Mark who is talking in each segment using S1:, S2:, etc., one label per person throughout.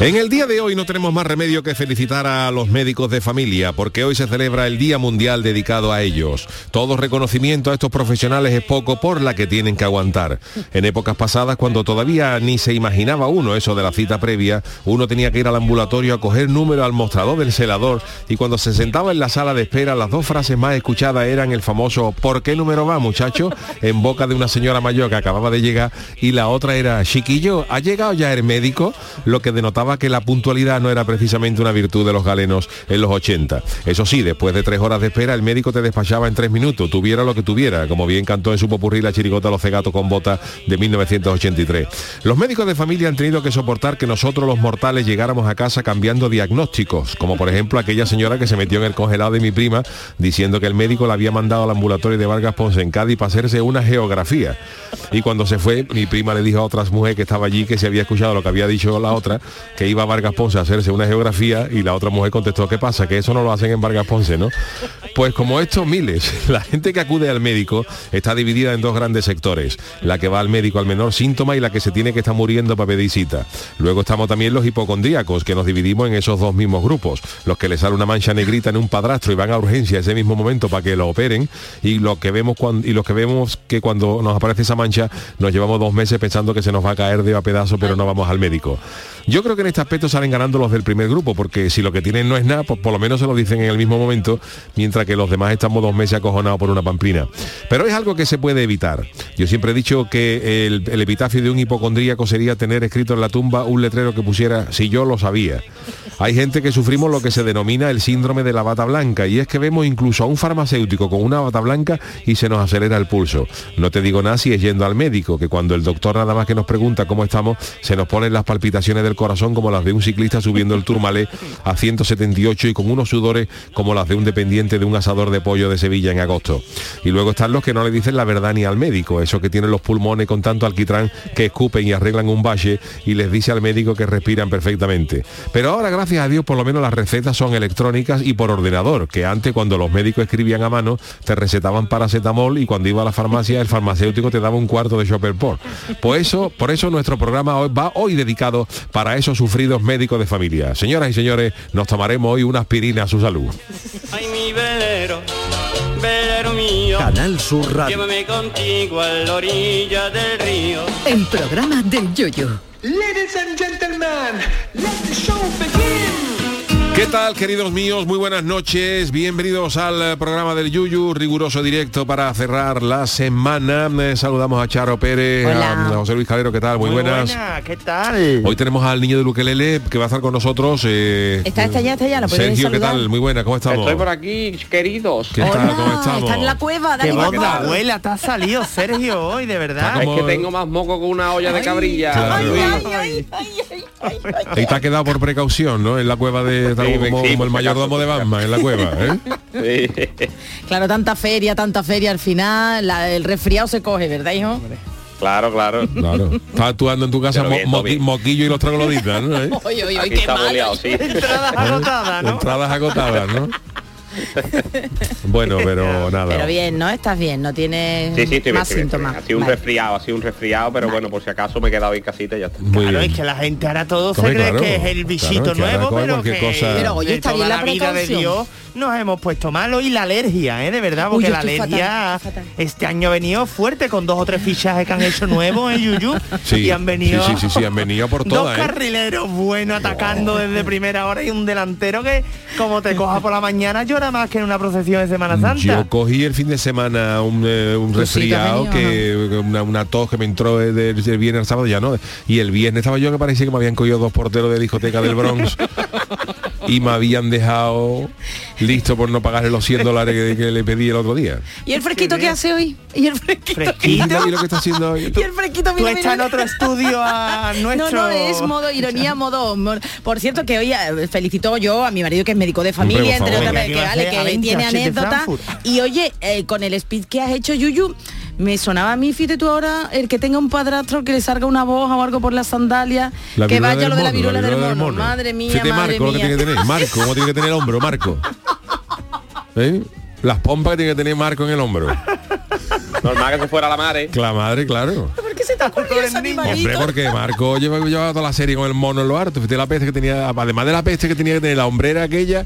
S1: En el día de hoy no tenemos más remedio que felicitar a los médicos de familia, porque hoy se celebra el Día Mundial dedicado a ellos. Todo reconocimiento a estos profesionales es poco por la que tienen que aguantar. En épocas pasadas, cuando todavía ni se imaginaba uno eso de la cita previa, uno tenía que ir al ambulatorio a coger número al mostrador del celador y cuando se sentaba en la sala de espera, las dos frases más escuchadas eran el famoso ¿por qué número va, muchacho? en boca de una señora mayor que acababa de llegar y la otra era chiquillo, ¿ha llegado ya el médico? Lo que denotaba que la puntualidad no era precisamente una virtud de los galenos en los 80. Eso sí, después de tres horas de espera, el médico te despachaba en tres minutos, tuviera lo que tuviera, como bien cantó en su popurrí la chirigota Los Cegatos con Bota de 1983. Los médicos de familia han tenido que soportar que nosotros los mortales llegáramos a casa cambiando diagnósticos, como por ejemplo aquella señora que se metió en el congelado de mi prima diciendo que el médico la había mandado al ambulatorio de Vargas Ponce en Cádiz para hacerse una geografía. Y cuando se fue, mi prima le dijo a otras mujeres que estaba allí que se había escuchado lo que había dicho la otra, que iba a Vargas Ponce a hacerse una geografía y la otra mujer contestó, ¿qué pasa? Que eso no lo hacen en Vargas Ponce, ¿no? Pues como estos miles, la gente que acude al médico está dividida en dos grandes sectores, la que va al médico al menor síntoma y la que se tiene que estar muriendo para pedir cita. Luego estamos también los hipocondríacos, que nos dividimos en esos dos mismos grupos, los que le sale una mancha negrita en un padrastro y van a urgencia ese mismo momento para que lo operen, y los que vemos, cuando, y los que, vemos que cuando nos aparece esa mancha nos llevamos dos meses pensando que se nos va a caer de a pedazo, pero no vamos al médico. Yo creo que en este aspecto salen ganando los del primer grupo, porque si lo que tienen no es nada, pues por lo menos se lo dicen en el mismo momento, mientras que los demás estamos dos meses acojonados por una pamplina. Pero es algo que se puede evitar. Yo siempre he dicho que el, el, epitafio de un hipocondríaco sería tener escrito en la tumba un letrero que pusiera si yo lo sabía. Hay gente que sufrimos lo que se denomina el síndrome de la bata blanca, y es que vemos incluso a un farmacéutico con una bata blanca y se nos acelera el pulso. No te digo nada si es yendo al médico, que cuando el doctor nada más que nos pregunta cómo estamos, se nos ponen las palpitaciones del corazón como las de un ciclista subiendo el Turmalé a 178 y con unos sudores como las de un dependiente de un asador de pollo de Sevilla en agosto. Y luego están los que no le dicen la verdad ni al médico, esos que tienen los pulmones con tanto alquitrán que escupen y arreglan un valle y les dice al médico que respiran perfectamente. Pero ahora, gracias a Dios, por lo menos las recetas son electrónicas y por ordenador, que antes cuando los médicos escribían a mano te recetaban paracetamol y cuando iba a la farmacia el farmacéutico te daba un cuarto de Chopper por. Por eso, por eso nuestro programa hoy va hoy dedicado para esos sufridos médicos de familia. Señoras y señores, nos tomaremos hoy una aspirina a su salud.
S2: Ay, mi velero, velero mío,
S3: Canal Sur Radio.
S2: Llévame contigo a la orilla del río.
S4: El programa del yoyo.
S5: Ladies and gentlemen, let the show begin.
S1: ¿Qué tal, queridos míos? Muy buenas noches. Bienvenidos al eh, programa del Yuyu, riguroso directo para cerrar la semana. Eh, saludamos a Charo Pérez, a, a José Luis Calero, ¿qué tal? Muy,
S6: Muy
S1: buenas.
S6: buena, ¿qué tal?
S1: Hoy tenemos al niño de Luquelele que va a estar con nosotros. eh,
S7: Está, está ya, está ya, lo podéis
S1: Sergio, ¿qué
S7: saludar.
S1: tal? Muy buena, ¿cómo estamos?
S6: Estoy por aquí, queridos.
S1: ¿Qué tal? ¿Cómo estamos?
S7: está en la cueva,
S6: Qué
S7: dale
S6: voz de
S7: papá.
S6: abuela, te ha salido Sergio hoy, de verdad.
S1: Está como-
S8: Ah, Es que tengo más moco que una olla de cabrilla.
S1: Claro.
S8: Luis.
S7: Ay, ay, ay, ay, ay, ay.
S1: Y te ha quedado por precaución, ¿no? En la cueva de... tal
S8: Sí,
S1: como,
S8: sí,
S1: como
S8: por
S1: el mayordomo de Batman, en la cueva, ¿eh?
S8: Sí.
S7: Claro, tanta feria, tanta feria al final, la- el resfriado se coge, ¿verdad, hijo?
S8: Claro, claro.
S1: Claro. Está actuando en tu casa
S8: Pero
S1: mo-
S8: bien, Toby.
S1: moqui- moquillo y los trogloditas, ¿no? ¿Eh?
S7: Oye, oye, oye,
S8: Aquí
S7: qué
S8: está
S7: malo.
S8: boleado, sí.
S6: Entradas agotadas, ¿no?
S1: Entradas agotadas, ¿no? bueno, pero nada.
S7: Pero bien, ¿no? Estás bien, no tienes
S8: Sí, sí, estoy bien,
S7: más
S8: estoy bien, estoy bien.
S7: síntomas.
S8: Ha sido un
S7: Vale.
S8: resfriado, ha sido un resfriado, pero bueno, por si acaso me he quedado ahí en casita y ya está.
S1: Muy
S6: Claro,
S1: bien.
S6: Ah, es que la gente ahora todo se
S1: Hombre,
S6: cree
S1: claro,
S6: que es el bichito
S1: claro, que ahora
S6: nuevo,
S1: coge
S6: pero
S1: cualquier
S6: que
S1: cosa.
S7: Pero, oye,
S6: de
S7: está
S6: toda
S7: bien la
S6: vida de
S7: precaución.
S6: Dios nos hemos puesto malo y la alergia, ¿eh? De verdad,
S7: Uy,
S6: porque
S7: yo
S6: la
S7: estoy
S6: alergia
S7: fatal, fatal.
S6: este año ha venido fuerte con dos o tres fichajes que han hecho nuevos en Yuyu
S1: Sí,
S6: y han venido
S1: sí, sí, sí, sí, han venido por
S6: dos
S1: todas, ¿eh?
S6: carrileros buenos atacando desde primera hora y un delantero que como te coja por la mañana llora más que en una procesión de Semana Santa.
S1: Yo cogí el fin de semana un, eh, un
S7: Tú sí, te has
S1: resfriado,
S7: venido,
S1: que una, una tos que me entró eh, del del viernes al sábado, ya no. Y el viernes estaba yo que parecía que me habían cogido dos porteros de discoteca del Bronx y me habían dejado listo por no pagarle los 100 dólares que, que le pedí el otro día.
S7: ¿Y el fresquito qué hace hoy? ¿Y el fresquito?
S1: Y
S6: Fresquito.
S1: mira, mira lo que está haciendo hoy.
S7: ¿Y el fresquito?
S6: Tú
S7: Mira, mira,
S6: estás en
S7: mira.
S6: otro estudio a nuestro.
S7: No, no, es modo ironía, modo humor. Por cierto, que hoy eh, felicito yo a mi marido que es médico de familia,
S1: por
S7: entre
S1: favor.
S7: otras
S6: Venga,
S7: que,
S6: que va a
S7: vale,
S6: hacer
S7: que
S6: Valencia,
S7: tiene
S6: sí, de
S7: anécdota.
S6: Frankfurt.
S7: Y oye, eh, con el speed que has hecho, Yuyu, me sonaba a mí, fíjate tú ahora, el que tenga un padrastro que le salga una boja o algo por las sandalias,
S1: La
S7: que
S1: viruela
S7: vaya
S1: del
S7: lo de la
S1: mono,
S7: viruela del mono.
S1: mono.
S7: Madre mía,
S1: Fíjate,
S7: madre
S1: este Marco, lo que
S7: mía.
S1: tiene que tener. Marco, cómo tiene que tener el hombro, Marco. ¿Eh? Las pompas que tiene que tener Marco en el hombro.
S8: Normal que se fuera la ¿eh? madre.
S1: La madre, claro.
S7: ¿Por qué se te ha ocurrido ese animalito?
S1: Hombre, porque Marco lleva- llevaba toda la serie con el mono en lo harto. Fíjate la peste que tenía, además de la peste que tenía que tener la hombrera aquella,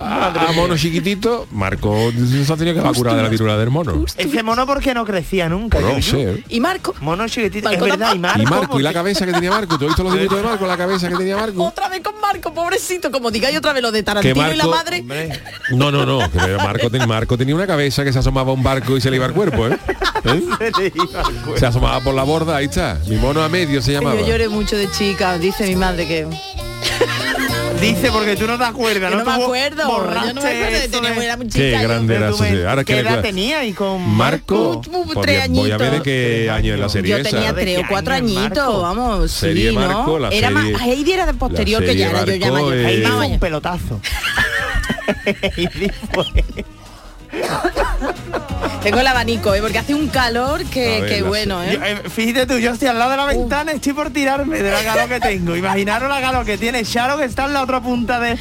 S1: a, a mono chiquitito, Marco se ha tenido que vacunar de la viruela del mono.
S6: Ese mono porque no crecía nunca.
S1: No
S6: Yuyu?
S1: sé. ¿eh?
S7: Y Marco,
S6: Mono chiquitito. Es
S7: Marco
S6: verdad, y Marco.
S1: Y Marco, y la
S6: porque-
S1: cabeza que tenía Marco, ¿tú has visto los dibujitos de Marco? La cabeza que tenía Marco.
S7: otra vez con Marco, pobrecito, como digáis otra vez lo de Tarantino y la madre.
S1: Hombre. No, no, no. que Marco, ten- Marco tenía una cabeza que se asomaba a un barco y se le iba al cuerpo, ¿eh? ¿Eh? Se asomaba por la borda, ahí está. Mi mono a medio se llamaba.
S7: Yo lloré mucho de chica, dice mi madre que...
S6: Dice porque tú no te acuerdas.
S7: Yo no, me
S6: Tú
S7: acuerdo. Yo no me
S6: borraste
S7: acuerdo de
S6: eso
S7: tener
S6: de-
S7: buena muchacha.
S1: Qué
S7: yo.
S1: grande era
S6: Pero
S1: la
S6: tú me-
S1: sociedad. Ahora
S6: ¿Qué
S1: que le-
S6: edad tenía y con
S1: Marco,
S7: Marco, tuvo
S1: por
S7: tres
S1: Dios, voy a ver de
S7: añitos.
S1: qué
S6: Tres
S1: año es la
S6: años.
S1: serie
S7: Yo
S1: esa.
S7: tenía tres o
S6: ¿De qué
S7: cuatro
S6: año, Marco?
S7: añitos, vamos. Sí,
S1: Serie Marco,
S7: ¿no?
S1: la
S7: era
S1: serie-
S7: más, Heidi era de posterior
S1: la
S7: que ya
S1: serie
S7: era yo ya
S1: Marco,
S7: mayor.
S1: eh,
S6: Ahí
S7: Más
S6: fue
S7: mayor.
S6: un pelotazo.
S7: Tengo el abanico, ¿eh? porque hace un calor
S1: A
S7: que,
S1: ver,
S7: que
S1: la
S7: bueno,
S6: Yo,
S7: ¿eh?
S6: eh, fíjate tú, yo estoy al lado de la ventana, estoy por tirarme de la galo que tengo. Imaginaros la galo que tiene Charo que está en la otra punta de-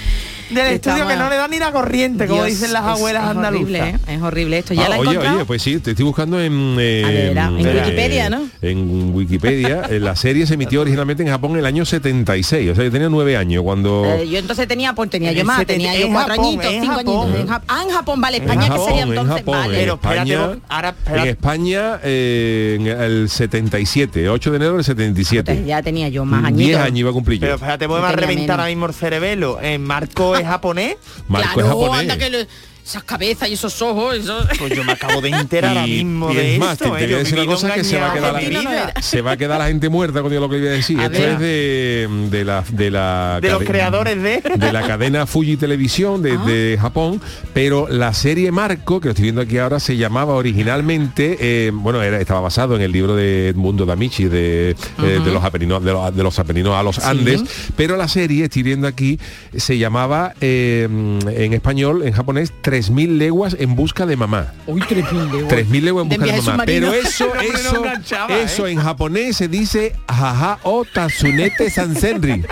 S6: del
S7: Que
S6: estudio
S7: estamos-
S6: que no le da ni la corriente, como
S7: Dios,
S6: dicen las
S7: es-
S6: abuelas
S7: es
S6: andaluzas.
S7: Horrible, ¿eh? Es horrible esto. ¿Ya
S1: Ah,
S7: la he
S1: oye,
S7: encontrado?
S1: oye, pues sí, te estoy buscando en, eh,
S7: A ver, ah, en
S1: eh,
S7: Wikipedia, ¿no?
S1: En Wikipedia, Eh, la serie se emitió originalmente en Japón en el año 76, o sea, yo tenía nueve años cuando...
S7: Eh, yo entonces tenía, pues tenía yo
S6: En
S7: más,
S6: seten-
S7: tenía yo
S6: en
S7: cuatro
S6: Japón,
S7: añitos,
S6: en
S7: cinco
S6: Japón.
S7: añitos. En Jap- ah, en Japón, vale, España, que sería
S1: en
S7: entonces,
S1: Japón,
S7: vale.
S1: en
S6: Pero espérate,
S1: España,
S6: vos- ahora,
S1: en
S6: espérate.
S1: España eh, en el 77, 8 de enero del 77.
S7: Entonces ya tenía yo más
S1: 10
S7: añitos.
S1: años iba a cumplir yo.
S6: Pero espérate, voy a
S7: Tenía menos.
S6: reventar ahora mismo el cerebelo. Eh, Marco es japonés.
S1: Marco
S7: claro,
S1: es japonés.
S7: anda que le- esas cabezas y esos ojos, eso...
S6: Pues yo me acabo de enterar ahora
S1: Y-
S6: mismo
S1: y
S6: de
S1: es más,
S6: esto.
S1: te- te
S6: eh.
S1: voy a
S6: Yo
S1: decir una
S6: viví
S1: cosa que se va a
S6: engañado
S1: quedar
S6: toda
S7: la-
S6: mi vida.
S1: Se va a quedar la gente muerta con lo que iba a decir.
S7: A
S1: Esto
S7: ver.
S1: es de, de la de la
S6: De los
S1: cade-
S6: creadores de... Ah.
S1: de la cadena Fuji Televisión de, de Japón, pero la serie Marco, que lo estoy viendo aquí ahora, se llamaba originalmente, eh, bueno, era, estaba basado en el libro de Edmundo Damichi de, eh, de los Apeninos, de los, de los Apeninos a los Andes, pero la serie, estoy viendo aquí, se llamaba eh, en español, en japonés, 3.000 leguas en busca de mamá.
S7: Uy, tres mil de
S1: 3.000 leguas en
S7: De
S1: busca de
S7: viaje
S1: mamá.
S7: submarino.
S1: Pero eso,
S6: Hombre, no
S1: eso,
S6: enganchaba, ¿eh?
S1: eso en japonés se dice jaja o Tatsunete Sansenri.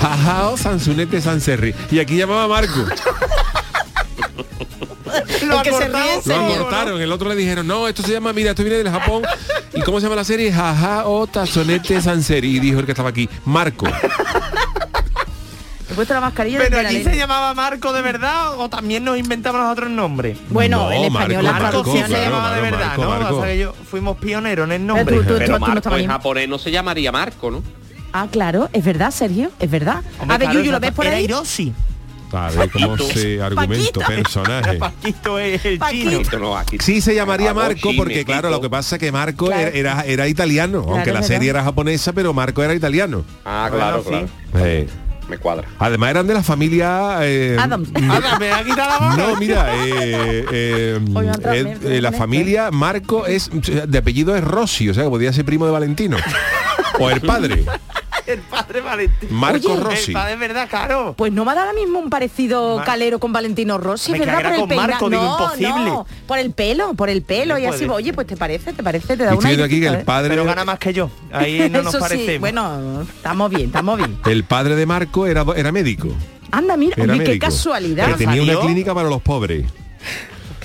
S1: Jaja o Sansunete Sansenri. Y aquí llamaba Marco.
S6: Lo
S7: El que se
S6: acortamos
S7: ríe
S1: Lo
S7: Sí,
S6: todo, ¿no?
S1: abortaron. El otro le dijeron, no, esto se llama, mira, esto viene del Japón. ¿Y cómo se llama la serie? Jaja o Tatsunete Sansenri. Y dijo el que estaba aquí, Marco.
S7: He puesto la mascarilla
S6: Pero
S7: de la
S6: allí
S7: ley.
S6: se llamaba Marco de verdad o también nos inventamos nosotros el nombre.
S7: Bueno,
S1: No,
S7: en español las
S1: Marco, Marco,
S6: Marco sí se
S7: traducciones...
S1: claro,
S6: llamaba de
S1: Marco,
S6: verdad, ¿no?
S1: Marco.
S6: O sea que yo fuimos pioneros en el nombre.
S7: Pero tú-
S8: Pero
S7: no estabas
S8: Marco en
S7: ahí.
S8: japonés no se llamaría Marco, ¿no?
S7: Ah, claro, es verdad, Sergio, es verdad.
S6: Hombre,
S7: a ver,
S6: claro,
S7: Yuyu, ¿lo ves por
S6: era
S7: ahí?
S6: Hiroshi.
S1: A ver cómo se argumento,
S7: Paquito.
S1: personaje.
S6: Paquito es el
S7: Paquito.
S6: chino.
S8: Esto no, aquí-
S1: Sí se llamaría
S8: Por favor,
S1: Marco
S8: sí,
S1: porque
S8: Mepito.
S1: claro, lo que pasa es que Marco
S7: Claro.
S1: era, era- era italiano,
S7: Claro,
S1: aunque la
S7: es
S1: serie
S7: verdad.
S1: era japonesa, pero Marco era italiano.
S8: Ah, claro,
S6: Bueno,
S8: claro.
S6: sí.
S1: Eh,
S8: Me cuadra.
S1: Además eran de la familia eh,
S7: Adams.
S6: Ahora me ha quitado la mano.
S1: No, mira, eh, eh,
S7: Hoy van tras
S1: eh,
S7: mí,
S1: eh, la
S7: con
S1: familia Marco es de apellido es Rossi, o sea, que podía ser primo de Valentino. O el padre,
S6: El padre Valentín.
S1: Marco
S7: Oye,
S1: Rossi.
S6: El padre es verdad, claro.
S7: Pues no me da ahora mismo un parecido
S6: Mar-
S7: calero con Valentino Rossi,
S6: Me
S7: ¿verdad?
S6: cagará
S7: Por el
S6: con Marco,
S7: peina-
S6: digo,
S7: no,
S6: imposible.
S7: no, por el pelo, por el pelo
S6: No
S7: y así.
S6: puede
S7: Oye, pues te parece, te parece, te
S1: Y
S7: da
S1: estoy
S7: una
S1: viendo aquí que el
S7: idea, ¿eh?
S1: padre,
S6: Pero gana más que yo. Ahí no nos
S7: Eso
S6: parece.
S7: sí, bueno, estamos bien, estamos bien.
S1: el padre de Marco era, era médico.
S7: Anda, mira,
S1: Era
S7: oye, qué
S1: médico.
S7: casualidad.
S1: Que tenía una
S6: ¿Salió?
S1: clínica para los pobres.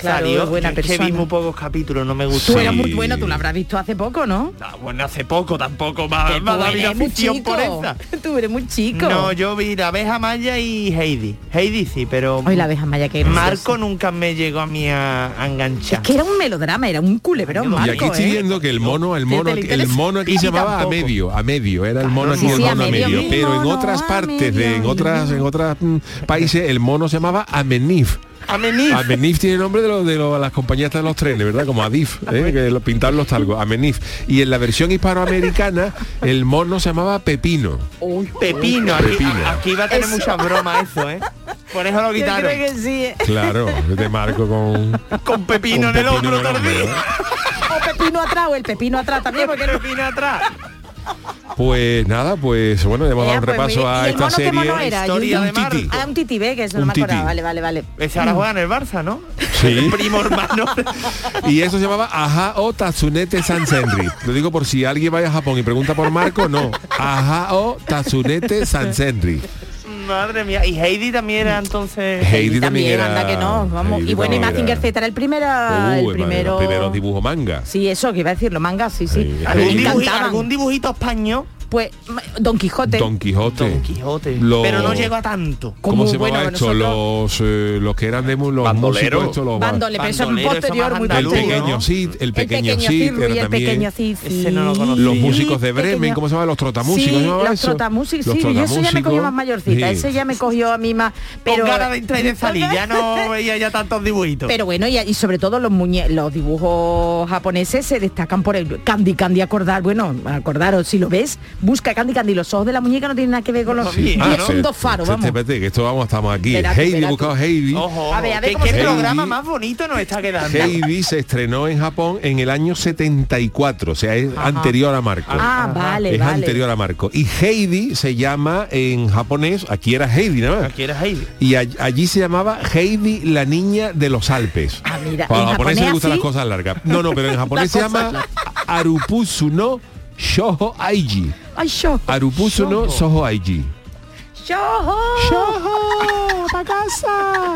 S7: Claro, es buena
S6: Que vi
S7: persona.
S6: muy pocos capítulos, no me
S7: Tú
S6: gustó.
S1: Sí.
S7: eras muy bueno, tú la habrás visto hace poco, ¿no?
S6: No, bueno, hace poco tampoco más.
S7: Tú
S6: más la
S7: eres
S6: vida
S7: muy
S6: afición por
S7: chico.
S6: esa.
S7: Tú eres muy chico.
S6: No, yo vi la abeja maya y Heidi. Heidi sí, pero
S7: Hoy la ves a Maya que
S6: Marco nunca me llegó a mí a, a enganchar.
S7: Es que era un melodrama, era un culebrón,
S1: y aquí
S7: Marco,
S1: estoy
S7: ¿eh?
S1: viendo que el mono, el
S7: Sí,
S1: mono,
S7: te
S1: aquí- el
S7: interesa.
S1: mono aquí
S6: Y
S1: se llamaba a
S6: tampoco.
S1: medio, a medio, era el mono
S7: Ah,
S1: aquí,
S7: sí,
S1: el
S7: sí, a
S1: mono a
S7: medio,
S1: medio.
S7: mi
S1: Pero en
S7: mono
S1: otras
S7: a
S1: partes, de,
S7: medio,
S1: en
S7: mi
S1: otras, en
S7: mono.
S1: otras mm, países, el mono se llamaba Amenif.
S6: Amenif.
S1: Amenif tiene nombre de, lo- de lo- las compañías estas de los trenes, ¿verdad? Como Adif, ¿eh? que lo pintaron los talgos, Amenif. Y en la versión hispanoamericana, el mono se llamaba Pepino.
S6: Pepino, aquí,
S1: Pepino.
S6: aquí va a tener muchas bromas eso, ¿eh? conejo lo quitaron.
S7: creo que sí. eh.
S1: Claro, de Marco con...
S6: Con pepino
S1: con
S6: en
S1: pepino
S6: el
S1: en
S6: hombro
S1: el hombro, ¿eh?
S6: tardío.
S7: O pepino atrás o el pepino atrás también, porque no-
S6: pepino atrás.
S1: Pues nada, pues bueno, le hemos dado
S7: Ya,
S1: un
S7: pues,
S1: repaso
S7: mire, ¿y
S1: a
S7: el
S1: esta
S7: mono qué
S1: serie.
S7: mono era?
S6: Historia
S1: Un
S6: de Marco.
S1: tití.
S7: Ah, un tití, ve, que eso no
S1: Un
S7: me acordaba.
S1: tití.
S7: Vale, vale, vale.
S6: Ese ahora juega en el Barça, ¿no?
S1: Sí.
S6: El primo hermano.
S1: Y eso se llamaba Aja o Tatsunete Sansenri. Lo digo por si alguien vaya a Japón y pregunta por Marco, no. Aja o Tatsunete Sansenri.
S6: Madre mía. Y Heidi también era entonces.
S1: Heidi también era...
S7: anda que no, vamos.
S1: Heidi
S7: y bueno, y
S1: también
S7: Mazinger
S1: era-
S7: Z era el primero,
S1: Uy,
S7: el
S1: madre,
S7: primero.
S1: Los primeros dibujos manga.
S7: Sí, eso que iba a decir, los mangas, sí, sí.
S1: Sí,
S7: Me
S6: ¿Algún,
S1: Heidi.
S6: dibuji-
S7: encantaban.
S6: algún dibujito español?
S7: Pues ma- Don Quijote.
S1: Don Quijote.
S6: Don Quijote.
S1: Lo-
S6: Pero no llegó a tanto.
S1: ¿Cómo
S7: Muy
S1: se llamaba
S7: bueno,
S1: esto?
S7: nosotros-
S1: Los, eh, los que eran de mu- los
S8: Bandolero.
S1: músicos, estos, los
S7: Bandole, pero eso es un
S6: Bandolero, eso
S7: posterior,
S6: más
S7: muy
S1: el
S6: andaluz,
S7: posterior.
S1: pequeño
S6: ¿no?
S1: Cid, el pequeño Cid,
S7: Cirri,
S1: era
S7: el pequeño
S1: también
S7: Cid, sí.
S6: Ese no lo conocía.
S1: los
S6: Sí,
S1: músicos de Bremen,
S7: pequeño.
S1: ¿cómo se llamaban? Los trotamúsicos,
S7: Sí,
S1: ¿se llamaba
S7: los
S1: eso?
S7: trotamúsicos, sí, yo eso ya me
S1: trotamúsicos.
S7: cogió más mayorcita,
S1: Sí.
S7: ese ya me cogió a mí más, pero
S6: Con ganas de entrar y de salir. Ya no veía ya tantos dibujitos.
S7: Pero bueno, y, y sobre todo los muñe los dibujos japoneses se destacan por el Candy Candy acordar, bueno, acordaros, si lo ves, busca Candy Candy, los ojos de la muñeca no tienen nada que ver con los
S6: Sí.
S7: y
S6: Ah,
S7: son
S1: sí.
S7: dos faros,
S1: Sí,
S7: vamos.
S1: sí, espérate, que esto vamos, estamos aquí.
S7: Espérate,
S1: Heidi,
S7: espérate.
S1: buscado Heidi.
S6: Ojo,
S7: A ver, a ver
S6: ¿qué-
S7: cómo
S6: ¿qué,
S7: se-
S6: programa
S1: Heidi.
S6: más bonito nos está quedando?
S1: Heidi se estrenó en Japón en el año 74, o sea, es anterior a Marco.
S7: Ah, vale,
S1: es
S7: vale.
S1: anterior a Marco. Y Heidi se llama en japonés, aquí era Heidi nada más.
S6: Aquí era Heidi.
S1: Y all- allí se llamaba Heidi la niña de los Alpes.
S7: Ah, mira,
S1: Bueno,
S7: ¿en
S1: a japonés
S7: japonés
S1: le gustan
S7: así?
S1: las cosas largas. No, no, pero en japonés
S7: Las
S1: se
S7: cosas
S1: llama Arupusu no Shoho Aiji.
S7: Ay, yo.
S1: Arupusu no Soho Aiji.
S7: Yo.
S1: ¡Shoho! ¡Pa casa!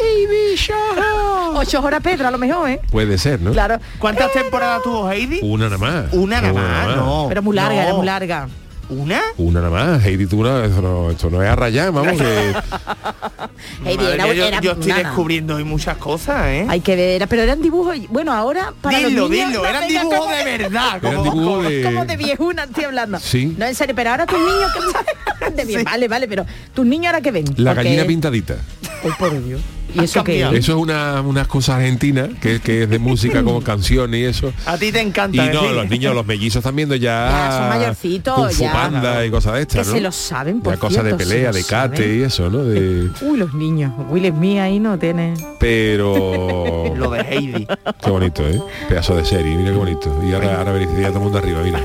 S1: ¡Heidi Shoho!
S7: Ocho horas Pedro, a lo mejor, ¿eh?
S1: Puede ser, ¿no?
S7: Claro.
S6: ¿Cuántas temporadas tuvo Heidi?
S1: Una nada más.
S6: Una nada más, no.
S7: Pero muy larga,
S6: No.
S7: era muy larga.
S6: ¿Una?
S1: Una nada más, Heidi tú una, esto no, esto no es a rayar, vamos, que
S7: Heidi
S6: Madre
S7: era,
S6: mía, yo,
S7: era
S6: yo estoy
S7: nada.
S6: descubriendo hoy muchas cosas, ¿eh?
S7: Hay que ver, pero eran dibujos, y- bueno, ahora para
S6: dilo,
S7: los niños,
S6: dilo,
S7: no,
S6: eran
S7: venga,
S6: dibujos
S7: ¿cómo
S6: de
S7: que-
S6: verdad.
S1: Eran
S6: como-
S1: dibujos
S6: como-
S1: de-
S7: como de viejuna estoy hablando.
S1: Sí.
S7: No, en serio, pero ahora tus niños que de bien, vale, vale, pero tus niños ahora que ven.
S1: la
S7: Porque-
S1: gallina pintadita.
S7: Ay, por Dios. Y eso que
S6: cambiado.
S1: Eso es una, unas cosas argentinas, que, que es de música como canciones y eso.
S6: A ti te
S1: Y
S6: encanta.
S1: no,
S6: decir.
S1: los niños, los mellizos están viendo ya.
S7: Ah, Ya, son mayorcitos,
S1: Kung Fu
S7: ya.
S1: Panda y cosas de estas,
S7: Que
S1: ¿no?
S7: se lo saben, por
S1: Ya cosas de
S7: cierto, se
S1: pelea,
S7: lo
S1: de cate
S7: saben.
S1: y eso, ¿no? De,
S7: Uy, los niños. Will Smith ahí no tiene.
S1: pero.
S6: Lo de Heidi.
S1: Qué bonito, ¿eh? Pedazo de serie, mira qué bonito. Y ahora, ahora veréis, ya todo el mundo arriba, mira.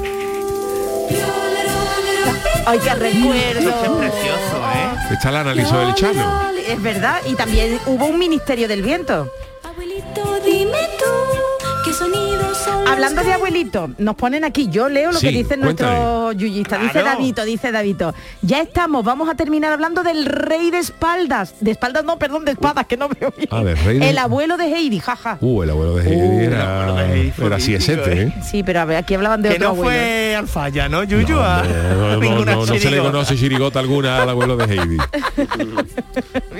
S7: Ay, qué recuerdo.
S6: Precioso, ¿eh?
S1: Esta la analizó el Chano.
S7: Es verdad, y también hubo un Ministerio del Viento.
S3: Abuelito, dime tú qué sonidos son.
S7: Hablando de abuelito, nos ponen aquí, yo leo lo
S1: Sí,
S7: que dicen
S1: cuéntame.
S7: nuestros yuyistas. Dice
S6: Claro.
S7: Davito, dice Davito, ya estamos, vamos a terminar hablando del rey de espaldas. De espaldas no, perdón, de espadas, que no veo bien.
S1: Ah, del rey de-
S7: El abuelo de Heidi, jaja.
S1: Uh, el abuelo de Heidi
S6: Uh, el
S1: era,
S6: abuelo de Heidi fue
S1: era así
S6: mítico,
S1: este,
S6: ¿eh?
S1: ¿eh?
S7: Sí, pero a ver, aquí hablaban de
S6: Que
S7: otro
S6: no
S7: abuelo.
S6: fue al falla, ¿no, Yuyu?
S1: No,
S6: A-
S1: no, no,
S6: ninguna
S1: no, no se le
S6: chirigota.
S1: conoce chirigota alguna al abuelo de Heidi.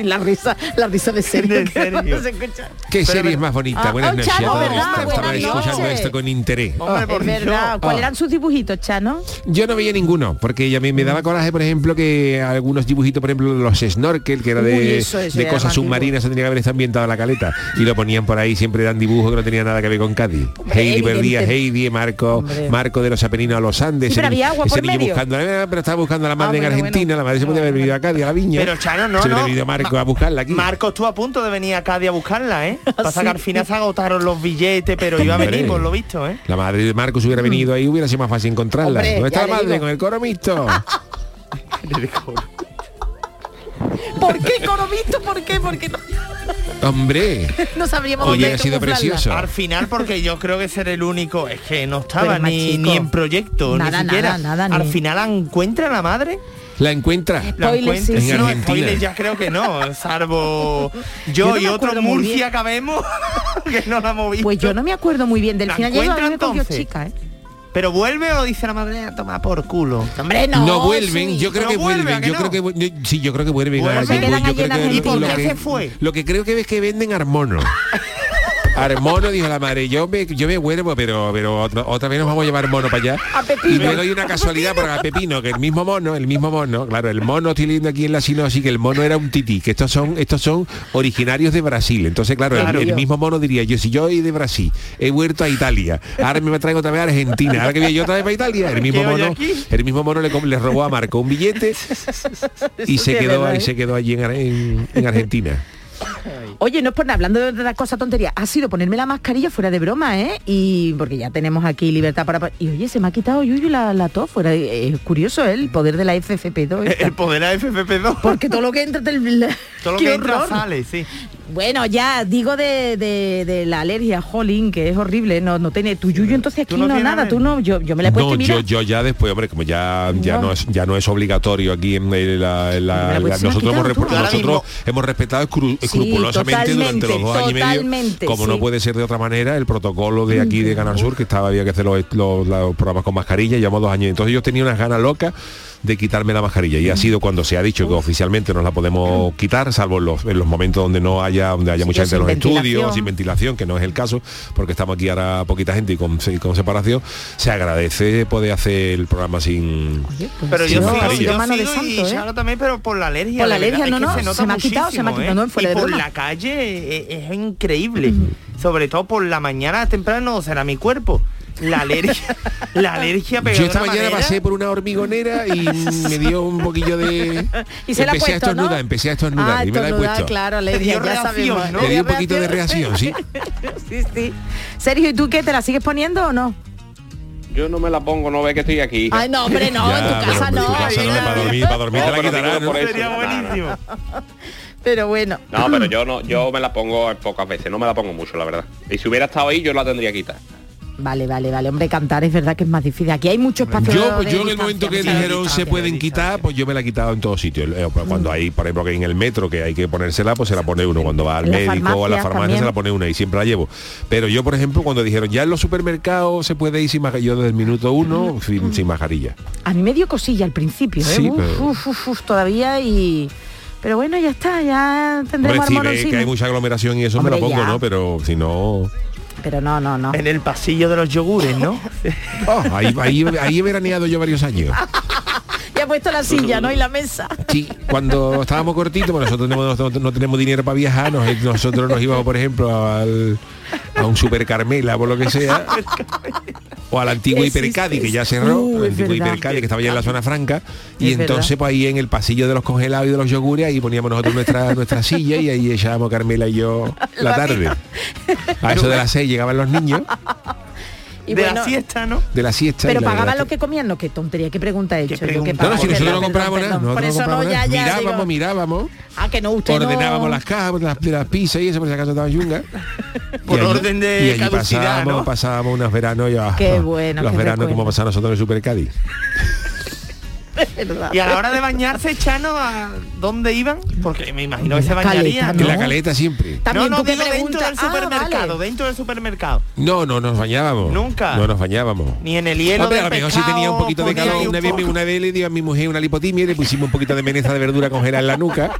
S7: La risa, la risa de Sergio.
S6: De
S7: que
S6: Sergio.
S7: se escucha.
S1: ¿Qué serie es más bonita?
S7: Ah,
S1: Buenas
S7: oh,
S1: noches.
S7: Chano,
S1: a todos.
S7: ¿verdad?
S1: Estaba
S7: Buenas
S1: escuchando
S7: noches.
S1: esto con interés.
S6: Hombre, por
S7: Es verdad.
S6: Dios.
S7: ¿Cuáles
S1: Ah.
S7: eran sus dibujitos, Chano?
S1: Yo no veía ninguno, porque ya me, me daba coraje, por ejemplo, que algunos dibujitos, por ejemplo, los snorkel, que era de,
S7: Uy, eso, eso
S1: de
S7: era
S1: cosas
S7: más
S1: submarinas, tendría que haber estado ambientado en la caleta. Y lo ponían por ahí, siempre eran dibujos que no tenían nada que ver con Cádiz.
S7: Hombre,
S1: Heidi
S7: evidente.
S1: perdía, Heidi, Marco,
S7: Hombre.
S1: Marco de los Apeninos a los Andes,
S7: Sí, pero
S1: ese niño-
S7: había agua
S1: ese
S7: por
S1: niño
S7: medio. Ah,
S1: buscando, eh, pero estaba buscando a la madre en
S7: bueno, Ah,
S1: Argentina,
S7: bueno.
S1: la madre se podía
S7: No,
S1: haber venido a Cádiz, a la viña.
S6: Pero Chano, no,
S1: Se hubiera
S6: no.
S1: venido Marco
S6: Ma-
S1: a buscarla aquí.
S6: Marco estuvo a punto de venir a Cádiz a buscarla, ¿eh? Pasa que al final se agotaron los billetes, pero iba a
S1: Hombre.
S6: venir, por lo visto, ¿eh?
S1: La madre de Marcos hubiera venido ahí, hubiera sido más fácil encontrarla.
S7: Hombre,
S1: ¿Dónde está
S7: ya
S1: la
S7: le
S1: madre?
S7: digo.
S1: Con el coro mixto.
S7: ¿Por qué, Coromito? ¿Por qué? Porque no,
S1: Hombre,
S7: no sabríamos
S1: Oye,
S7: dónde
S1: ha sido
S7: camuflarla.
S1: precioso.
S6: Al final, porque yo creo que ser el único es que no
S7: Pero
S6: estaba
S7: es más
S6: ni,
S7: chico.
S6: ni en proyecto,
S7: Nada, nada,
S6: ni siquiera.
S7: nada, ni-
S6: Al final ¿la encuentra la madre.
S1: la encuentra.
S6: La
S7: Spoiler,
S6: encuentra.
S7: sí,
S1: En sí.
S6: No,
S1: Argentina.
S6: spoiler ya creo que no, salvo
S7: Yo no
S6: yo,
S7: me
S6: y
S7: acuerdo
S6: otro
S7: muy
S6: Murcia
S7: bien.
S6: que vemos que no la moví.
S7: Pues yo no me acuerdo muy bien del
S6: ¿La
S7: final. Yo digo, a mí me
S6: encuentra
S7: cogió
S6: entonces?
S7: chica, ¿eh?
S6: Pero vuelve o dice la madre a tomar por culo.
S7: Hombre,
S1: No, vuelven,
S7: sí.
S1: yo creo
S6: No
S1: que
S6: vuelve,
S1: vuelven,
S6: ¿a que
S1: yo
S6: no?
S1: creo que vu- yo- sí, yo creo que vuelven.
S6: Bueno,
S1: Ah,
S6: se
S1: yo-
S7: quedan
S1: yo
S7: allí
S1: creo
S7: en
S1: que
S7: Argentina.
S1: lo-
S7: ¿Y por
S1: lo
S7: qué
S1: que-
S6: se fue?
S1: Lo que creo que ves que venden armono. al mono, dijo la madre, yo me, yo me vuelvo, pero, pero otra, otra vez nos vamos a llevar mono para allá.
S7: A Pepino.
S1: Y me doy una casualidad por a Pepino, que el mismo mono, el mismo mono, claro, el mono estoy leyendo aquí en la así que el mono era un tití, que estos son, estos son originarios de Brasil. Entonces, claro, el-
S7: Claro.
S1: el, mismo mono diría, yo si yo he ido de Brasil, he vuelto a Italia, ahora me traigo otra vez a Argentina, ahora que voy yo otra vez para Italia, el mismo
S6: ¿Qué oye
S1: mono,
S6: aquí?
S1: el mismo mono le, com- le robó a Marco un billete y
S6: Eso
S1: se
S6: sí es
S1: quedó,
S6: verdad,
S1: y
S6: ¿eh?
S1: se quedó allí en, Ar- en- en Argentina.
S7: Oye, no es por nada, hablando de otra cosa tontería, ha sido ponerme la mascarilla fuera de broma, ¿eh? Y porque ya tenemos aquí libertad para... Y oye, se me ha quitado Yuyu la, la tos fuera. Eh, Es curioso ¿eh? el poder de la FFP2. esta.
S6: El poder AFFP2.
S7: Porque todo lo que entra... Te...
S6: Todo lo
S7: ¡Qué
S6: que entra
S7: horror!
S6: sale, sí.
S7: Bueno, Eh, ya, digo de, de- de la alergia, jolín, que es horrible, ¿eh? no, no tiene... Tu Yuyu entonces
S6: Tú
S7: aquí
S6: no
S7: no,
S6: tienes
S7: nada,
S6: alergia.
S7: tú no, yo, yo me la he puesto
S1: No,
S7: y mira,
S1: yo, yo ya después, hombre, como ya, ya no, es, ya no es obligatorio aquí en eh, la... en la-
S7: Pero pues
S1: la-
S7: se la
S1: nosotros hemos,
S7: quitado tú.
S1: repre-
S6: Ahora
S1: nosotros hemos respetado escru- escrupulosamente durante los dos años y
S7: totalmente,
S1: medio, como no
S7: sí.
S1: puede ser de otra manera, el protocolo de aquí de Canal Sur, que estaba había que hacer los, los- los programas con mascarilla, llevamos dos años. Entonces yo tenía unas ganas locas de quitarme la mascarilla y ha sido cuando se ha dicho que oficialmente nos la podemos quitar salvo en los, en los momentos donde no haya donde haya
S7: yo
S1: mucha gente en
S7: sin
S1: los estudios
S7: ventilación.
S1: sin ventilación, que no es el caso, porque estamos aquí ahora poquita gente y con, y con separación, se agradece poder hacer el programa sin...
S7: Oye, pues
S6: Pero yo
S1: Sí,
S6: sigo,
S1: mascarilla.
S6: yo
S7: mano de
S6: sigo y
S7: santo, ¿eh?
S6: Charo también, pero por la alergia.
S7: Por la
S6: de verdad,
S7: alergia,
S6: es
S7: no,
S6: que
S7: no,
S6: nota
S7: se me ha quitado, se me ha
S6: muchísimo,
S7: quitado, no,
S6: ¿eh?
S7: fuera
S6: y
S7: de
S6: por
S7: broma.
S6: la calle eh, es, increíble. Sobre todo por la mañana temprano será mi cuerpo. La alergia, la alergia pegó
S1: Yo
S6: de
S1: esta
S6: una
S1: mañana
S6: manera.
S1: pasé por una hormigonera y me dio un poquillo de...
S7: Y se la ha
S1: empecé a
S7: puesto, ¿no?
S1: estornudar, empecé a estornudar
S7: Ah,
S1: y me la he
S7: estornudar,
S1: puesto.
S7: claro,
S6: Te dio
S7: alergia, ya
S6: reacción,
S7: sabemos.
S6: ¿no?
S1: Me dio un poquito de reacción, sí.
S7: Sí, sí. Sergio, ¿y tú qué? ¿Te la sigues poniendo o no?
S8: Yo no me la pongo, no ve que estoy aquí.
S7: Ay, no, hombre, no,
S1: Ya,
S7: en tu
S1: pero
S7: casa
S1: en
S7: no.
S1: tu casa
S7: ahí
S1: no, para
S7: no.
S1: dormir, para dormir te la
S8: No, pero
S1: quitarán,
S8: digo
S1: ¿no?
S8: por eso.
S6: Sería buenísimo.
S7: Pero bueno.
S8: No, pero yo no, yo me la pongo pocas veces, no me la pongo mucho, la verdad. Y si hubiera estado ahí, yo la tendría quitada.
S7: Vale, vale, vale. Hombre, cantar es verdad que es más difícil. Aquí hay mucho espacio.
S1: Yo, pues,
S7: de
S1: yo en el
S7: distancia,
S1: momento que
S7: mucha
S1: dijeron
S7: distancia.
S1: se pueden quitar, pues yo me la he quitado en todos sitios. Eh, pues, Cuando
S7: Mm.
S1: hay, por ejemplo, que en el metro que hay que ponérsela, pues se la pone uno. Cuando va al
S7: En las
S1: médico o a la
S7: farmacias
S1: farmacia
S7: también.
S1: se la pone una y siempre la llevo. Pero yo, por ejemplo, cuando dijeron ya en los supermercados se puede ir sin mascarilla, yo desde el minuto uno sin, sin mascarilla.
S7: A mí me dio cosilla al principio, ¿eh?
S1: Sí,
S7: uf,
S1: pero-
S7: uf, uf, uf, todavía y... Pero bueno, ya está, ya tendremos
S1: Hombre, si
S7: armón
S1: ve
S7: encima.
S1: que hay mucha aglomeración y eso me la
S7: Hombre,
S1: pongo,
S7: ya.
S1: ¿no? Pero si no.
S7: Pero no, no, no.
S6: En el pasillo de los yogures, ¿no?
S1: Oh, ahí, ahí- ahí he veraneado yo varios años.
S7: Ya he puesto la silla, ¿no? Y la mesa.
S1: Sí, cuando estábamos cortitos, bueno, nosotros tenemos- no, no tenemos dinero para viajar, nos- nosotros nos íbamos, por ejemplo, al- a un super Carmela, por lo que sea, o al antiguo
S7: Existe
S1: Hipercadi, que ya
S7: eso.
S1: cerró,
S7: Uh,
S1: el
S7: es
S1: antiguo
S7: verdad.
S1: Hipercadi, que estaba ya en la zona franca, y
S7: Es
S1: entonces pues ahí en el pasillo de los congelados y de los yogures, ahí poníamos nosotros nuestra, nuestra silla y ahí echábamos Carmela y yo la tarde. A eso de las seis llegaban los niños
S7: Y
S6: de
S7: bueno,
S6: la siesta, ¿no?
S1: de la siesta. y
S7: pero
S1: la verdad
S7: pagaban lo
S1: que-
S7: que comían, no, qué tontería, qué pregunta he hecho. yo,
S6: pregunta?
S7: que
S6: No,
S1: No,
S7: pagaba,
S1: no, si nosotros
S7: perdón,
S1: no
S7: perdón,
S1: comprábamos nada,
S7: perdón.
S1: nosotros
S7: Por
S1: no
S7: eso no,
S1: comprábamos
S7: ya,
S1: nada.
S7: ya.
S1: mirábamos,
S7: digo,
S1: mirábamos.
S7: Ah, que no, usted no-
S1: ordenábamos las cajas de las, de las pizzas y eso por si acaso estaba yunga
S6: Por
S1: Y allí-
S6: orden de
S1: y allí
S6: caducidad,
S1: pasábamos,
S6: ¿no?
S1: pasábamos unos veranos ya
S7: Qué bueno,
S1: los
S7: qué
S1: veranos
S7: recuerdo.
S1: como pasamos nosotros en el Super Cádiz
S6: Y a la hora de bañarse, Chano, ¿a dónde iban? Porque me imagino que se
S7: Caleta,
S6: bañarían.
S1: en
S7: ¿no?
S1: la caleta siempre
S7: También
S6: no, no,
S7: tú que
S6: digo dentro
S7: preguntas.
S6: del supermercado, ¿eh?
S7: Ah, vale.
S6: dentro del supermercado.
S1: no no nos bañábamos
S6: Nunca.
S1: no nos bañábamos
S6: Ni en el hielo
S1: Hombre,
S6: del
S1: a lo mejor si
S6: pescado
S1: tenía un poquito de
S6: ponía ahí
S1: calor
S6: un
S1: una vez, me-
S6: poco.
S1: una vez le dio a mi mujer una lipotimia y le pusimos un poquito de meneza de verdura congelada en la nuca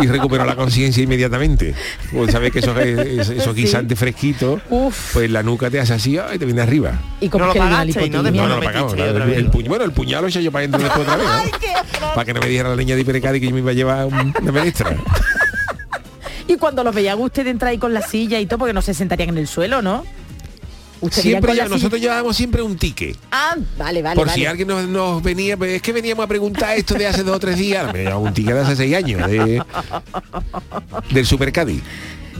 S1: y recuperó la conciencia inmediatamente pues sabes que esos, es- esos
S7: Sí.
S1: guisantes fresquitos
S7: Uf.
S1: pues la nuca te hace así ay, te viene arriba
S7: Y como
S6: No lo
S7: que le dio una
S6: pagaste,
S7: lipotimia.
S6: ¿no?
S1: No, no
S6: Después
S1: lo
S6: lo
S1: pagamos.
S6: metiste
S1: claro,
S6: ahí otra
S1: el- el
S6: vez.
S1: puño- bueno, el puñal lo eché yo para dentro después otra vez. ¿no? para que no me dijera la niña de Hipercadi que yo me iba a llevar un- una menestra.
S7: Y cuando los veía usted entrar ahí con la silla y todo, porque no se sentarían en el suelo, ¿no? Usted iría
S1: Siempre
S7: con la
S1: ya-
S7: silla-
S1: nosotros llevábamos siempre un ticket.
S7: Ah, vale, vale,
S1: por
S7: vale.
S1: si alguien nos, nos venía, pues, es que veníamos a preguntar esto de hace dos o tres días. Me llevaba un ticket de hace seis años de- del Supercadi.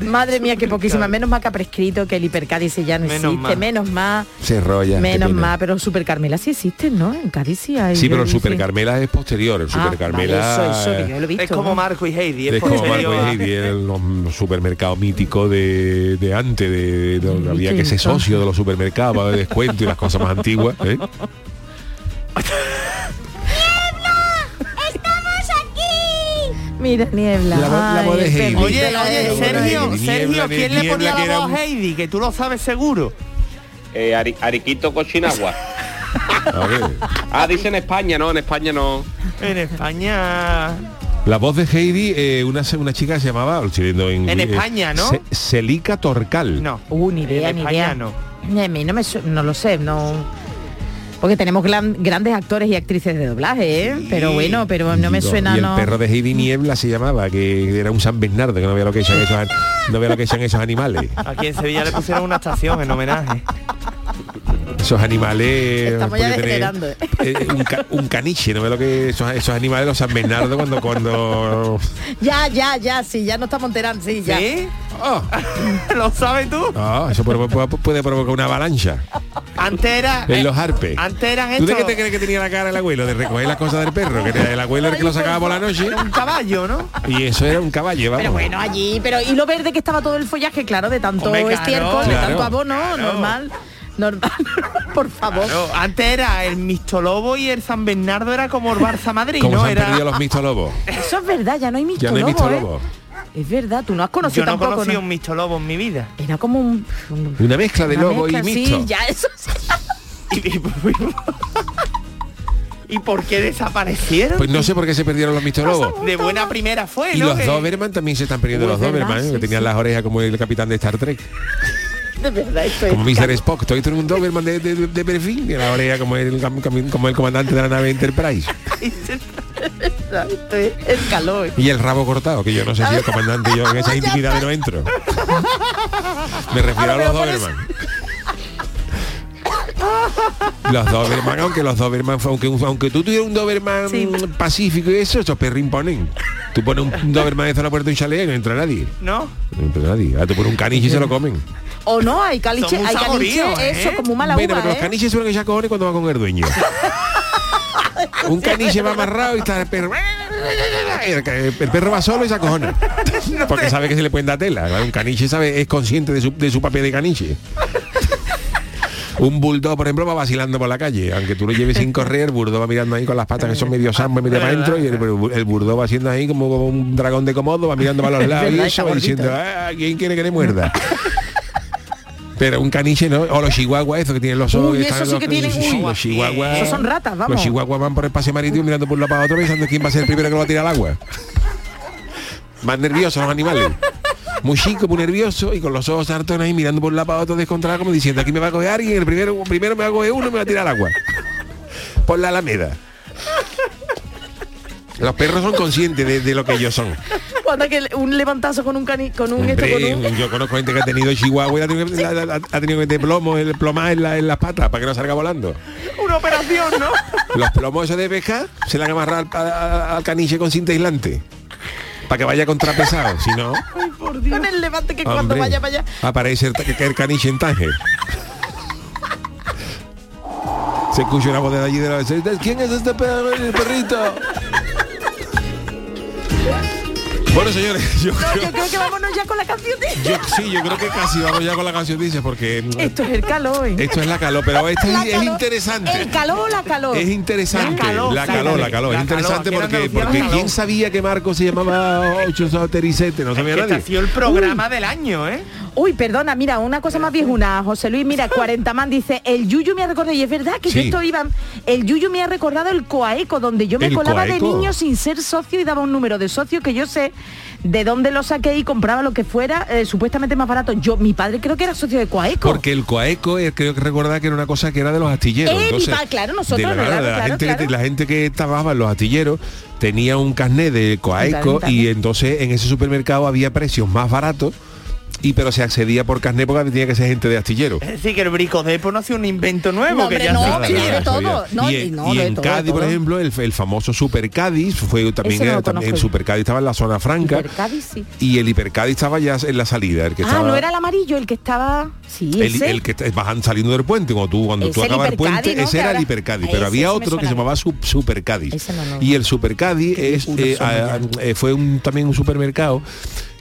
S7: Madre mía, que poquísima. Menos mal que ha prescrito que el hipercádice ya no
S6: Menos
S7: existe.
S6: mal.
S7: Menos más.
S1: Se rolla.
S7: menos
S1: qué pena.
S7: más. Pero Super Carmela sí existen, ¿no? En Cádiz sí hay.
S1: Sí, pero el
S7: yo-
S1: Super Carmela es posterior. El
S7: Ah,
S1: Super Carmela.
S7: vale, eso, eso, que yo lo he visto.
S6: Es como
S7: ¿no?
S6: Marco y Heidi.
S1: Es
S6: por
S1: como
S6: medio
S1: Marco y
S6: a-
S1: Heidi, el, los supermercados míticos de, de antes, de, de- donde había que ser socio de los supermercados para ver descuento y las cosas más antiguas. ¿eh?
S7: Mira, niebla.
S1: La vo- la
S7: Ay,
S1: voz de
S7: el
S1: Heidi.
S7: perrito,
S6: Oye,
S7: la voz
S6: oye,
S7: de Heidi.
S6: Sergio,
S1: Niebla,
S6: Sergio,
S1: de-
S6: ¿quién le
S1: niebla
S6: ponía
S1: que
S6: la
S1: era
S6: voz
S1: un-
S6: a Heidi? Que tú lo sabes seguro.
S8: Eh, Ari- Ariquito Cochinagua.
S1: A ver.
S8: Ah, dice en España, no, en España no.
S6: En España...
S1: La voz de Heidi, eh, una, se- una chica que se llamaba, lo estoy viendo en,
S6: En
S1: eh,
S6: España, ¿no?
S1: Se- Celica Torcal.
S6: No.
S7: Uh, ni idea,
S6: En
S7: ni
S6: España
S7: idea.
S6: no.
S7: Ni A mí no me su- no lo sé, no. Porque tenemos gran- grandes actores y actrices de doblaje, ¿eh? Pero bueno, pero no me
S1: Digo,
S7: suena,
S1: y el
S7: no.
S1: perro de Heidi Niebla se llamaba, que era un San Bernardo, que no veía lo que echan esos, an- no veía lo que echan esos animales.
S6: Aquí en Sevilla le pusieron una estación en homenaje.
S1: Esos animales...
S7: Estamos ya
S1: puede
S7: degenerando, ¿eh?
S1: eh, un, ca- un caniche, no veía lo que esos, esos animales, los San Bernardo, cuando... cuando
S7: Ya, ya, ya, sí, ya no estamos enterando, sí, ya.
S6: ¿Sí?
S1: Oh,
S6: ¿Lo sabes tú?
S1: no, eso provo- puede, provocar una avalancha
S6: Antes era...
S1: en los arpes.
S6: Antes eran
S1: ¿Tú de
S6: estos-
S1: qué te crees que tenía la cara el abuelo? De recoger las cosas del perro, que era el abuelo el que lo sacaba por la noche.
S6: Era un caballo, ¿no?
S1: Y eso era un caballo, vamos.
S7: Pero bueno, allí, pero y lo verde que estaba todo el follaje, claro, de tanto
S6: Hombre, claro,
S7: estiércol, de
S1: claro,
S7: tanto abono,
S6: claro.
S7: normal, normal, por favor.
S6: Claro, antes era el Mistolobo y el San Bernardo era como el Barça Madrid,
S1: Como
S6: ¿no?
S1: se han
S6: Era...
S1: perdido los mistolobos.
S7: Eso es verdad, ya no hay
S1: Ya no hay
S7: mistolobo,
S1: mistolobos.
S7: ¿eh? Es verdad, tú no has conocido
S6: Yo no
S7: tampoco.
S6: conocí
S7: ¿no?
S6: un Mistolobo en mi vida.
S7: Era como un, un-
S1: Una mezcla de
S7: una
S1: lobo y
S7: mezcla,
S1: mixto.
S7: Sí, ya eso sí.
S6: ¿Y, y por qué desaparecieron?
S1: Pues no sé por qué se perdieron los mistolobos.
S6: de buena primera fue,
S1: Y
S6: ¿no?
S1: los
S6: Que-
S1: Doberman también se están perdiendo
S7: Uy,
S1: los
S7: es Pues verdad,
S1: Doberman, ¿eh?
S7: sí,
S1: que tenían
S7: sí.
S1: las orejas como el capitán de Star Trek,
S7: De verdad, esto es
S1: como Mr. Spock. Todo esto era un Doberman de, de, de perfil, de la oreja como el, cam- cam- como el comandante de la nave Enterprise.
S7: verdad, esto es el calor.
S1: Y el rabo cortado, que yo no sé si el comandante yo en esa intimidad no entro. Me refiero a los Doberman. Los Doberman, aunque los Doberman, aunque, aunque tú tuvieras un Doberman
S7: Sí.
S1: pacífico y eso, esos perros imponen. Tú pones un Doberman de zona puerta de un chalet y no entra nadie.
S6: ¿No?
S1: No entra nadie. Ah, tú pones un caniche y se lo comen.
S7: O no, hay caliche,
S6: Son un
S7: hay caliche,
S6: saborío, ¿eh?
S7: eso, como mala
S1: Bueno,
S7: uva,
S1: pero los
S7: ¿eh?
S1: caniches suelen echar cojones cuando va con el dueño. un caniche va amarrado y está el perro. El, el perro va solo y se acojona. Porque sabe que se le pueden dar tela. ¿vale? Un caniche sabe, es consciente de su, de su papel de caniche. Un bulldog, por ejemplo, va vacilando por la calle. Aunque tú lo lleves sin correr, el bulldog va mirando ahí con las patas que son medio samba y medio para adentro. Y el, el bulldog va haciendo ahí como un dragón de comodo, va mirando para los lados y
S7: verdad,
S1: eso,
S7: está
S1: diciendo, "Ah, ¿quién quiere que le muerda? Pero un caniche, ¿no? O los chihuahuas, esos que tienen los ojos.
S7: Uy,
S1: que están
S7: esos sí
S1: los-
S7: que tienen- uy.
S1: los chihuahuas.
S7: Esos son ratas, vamos.
S1: Los chihuahuas van por el espacio marítimo mirando por un lado para otro pensando quién va a ser el primero que lo va a tirar al agua. Más nerviosos los animales. Muy chico, muy nervioso y con los ojos hartones ahí mirando por un lado para otro descontrolado como diciendo aquí me va a coger alguien, el primero, primero me va a coger uno y me va a tirar al agua. Por la alameda. Los perros son conscientes de, de lo que ellos son.
S7: Cuando que le- un levantazo con un cani, con un esto, con
S1: Hombre,
S7: un.
S1: yo conozco gente que ha tenido chihuahua y ha tenido que, la- la- ha tenido que meter plomo, el plomar en, la- en las patas para que no salga volando.
S6: Una operación, ¿no?
S1: Los plomos esos de pesca se le han amarrado al, a- al caniche con cinta aislante. Para que vaya contrapesado, si no,
S7: Con el levante que cuando
S1: hombre,
S7: vaya para allá.
S1: aparece el, ta- que el caniche en taje. Se escucha una voz de allí de la ¿Quién es este perro, el perrito? Bueno, señores, yo
S7: No,
S1: creo-
S7: yo creo que vámonos ya con la canción. tío.
S1: yo- sí, yo creo que casi vamos ya con la canción, dice, porque mm,
S7: Esto es el calor. ¿eh?
S1: Esto es la calor, pero esta
S7: La
S1: es, es
S7: calor.
S1: interesante.
S7: El calor o la calor.
S1: Es interesante,
S6: La
S1: la
S6: calor,
S1: calor, la calor, es
S6: exactamente. La
S1: interesante
S6: calor, aquí en
S1: porque,
S6: Andalucía
S1: porque
S6: la calor.
S1: ¿quién sabía que Marco se llamaba 837? No sabía
S6: Es que este ha
S1: nadie.
S6: sido el programa del año, ¿eh?
S7: Uy, perdona, mira, una cosa más viejuna, José Luis, mira, 40 man dice, el Yuyu me ha recordado, y es verdad que yo
S1: Sí.
S7: esto iba, el Yuyu me ha recordado el Coaeco, donde yo me
S1: ¿El
S7: colaba de
S1: Coaeco?
S7: niño sin ser socio y daba un número de socio que yo sé de dónde lo saqué y compraba lo que fuera, eh, supuestamente más barato. Yo, mi padre creo que era socio de Coaeco.
S1: Porque el coaeco eh, creo que recordaba que era una cosa que era de los astilleros.
S7: Eh, mi
S1: Entonces,
S7: pa- claro, nosotros,
S1: de la,
S7: claro,
S1: de la
S7: claro,
S1: gente Que,
S7: claro.
S1: la gente que trabajaba en los astilleros tenía un carnet de coaeco
S7: Claro,
S1: y
S7: claro.
S1: entonces en ese supermercado había precios más baratos. Y pero se accedía por carnet porque tenía que ser gente de astillero.
S6: Es decir, que el bricodepo no ha sido un invento nuevo,
S7: No,
S6: que
S7: hombre,
S6: ya
S7: no,
S6: se
S7: hombre,
S6: sabía.
S7: de todo, no,
S1: y,
S7: y
S1: en-
S7: no,
S1: y
S7: de
S1: en
S7: todo, de
S1: Cádiz, por
S7: todo.
S1: ejemplo, el, el famoso Super Cádiz fue también,
S7: Ese no lo
S1: era- también
S7: conozco
S1: el
S7: yo.
S1: Super Cádiz estaba en la zona franca.
S7: Hiper Cádiz, sí.
S1: Y el Hiper Cádiz estaba ya en la salida, el que
S7: Ah,
S1: estaba
S7: no era el amarillo, el que estaba. Sí,
S1: el,
S7: ese.
S1: el que está- bajan saliendo del puente, cuando tú cuando
S7: Es
S1: tú
S7: el
S1: acabas el
S7: Hipercadi,
S1: puente,
S7: ¿no?
S1: ese
S7: Que
S1: era el
S7: ahora-
S1: Hipercadi,
S7: Ese,
S1: pero había
S7: ese me
S1: otro que
S7: suena
S1: se
S7: bien.
S1: llamaba Sub- Supercadi.
S7: Ese no, no.
S1: Y el Supercadi es
S7: viejunos
S1: eh,
S7: somos
S1: a- eh, fue un también un supermercado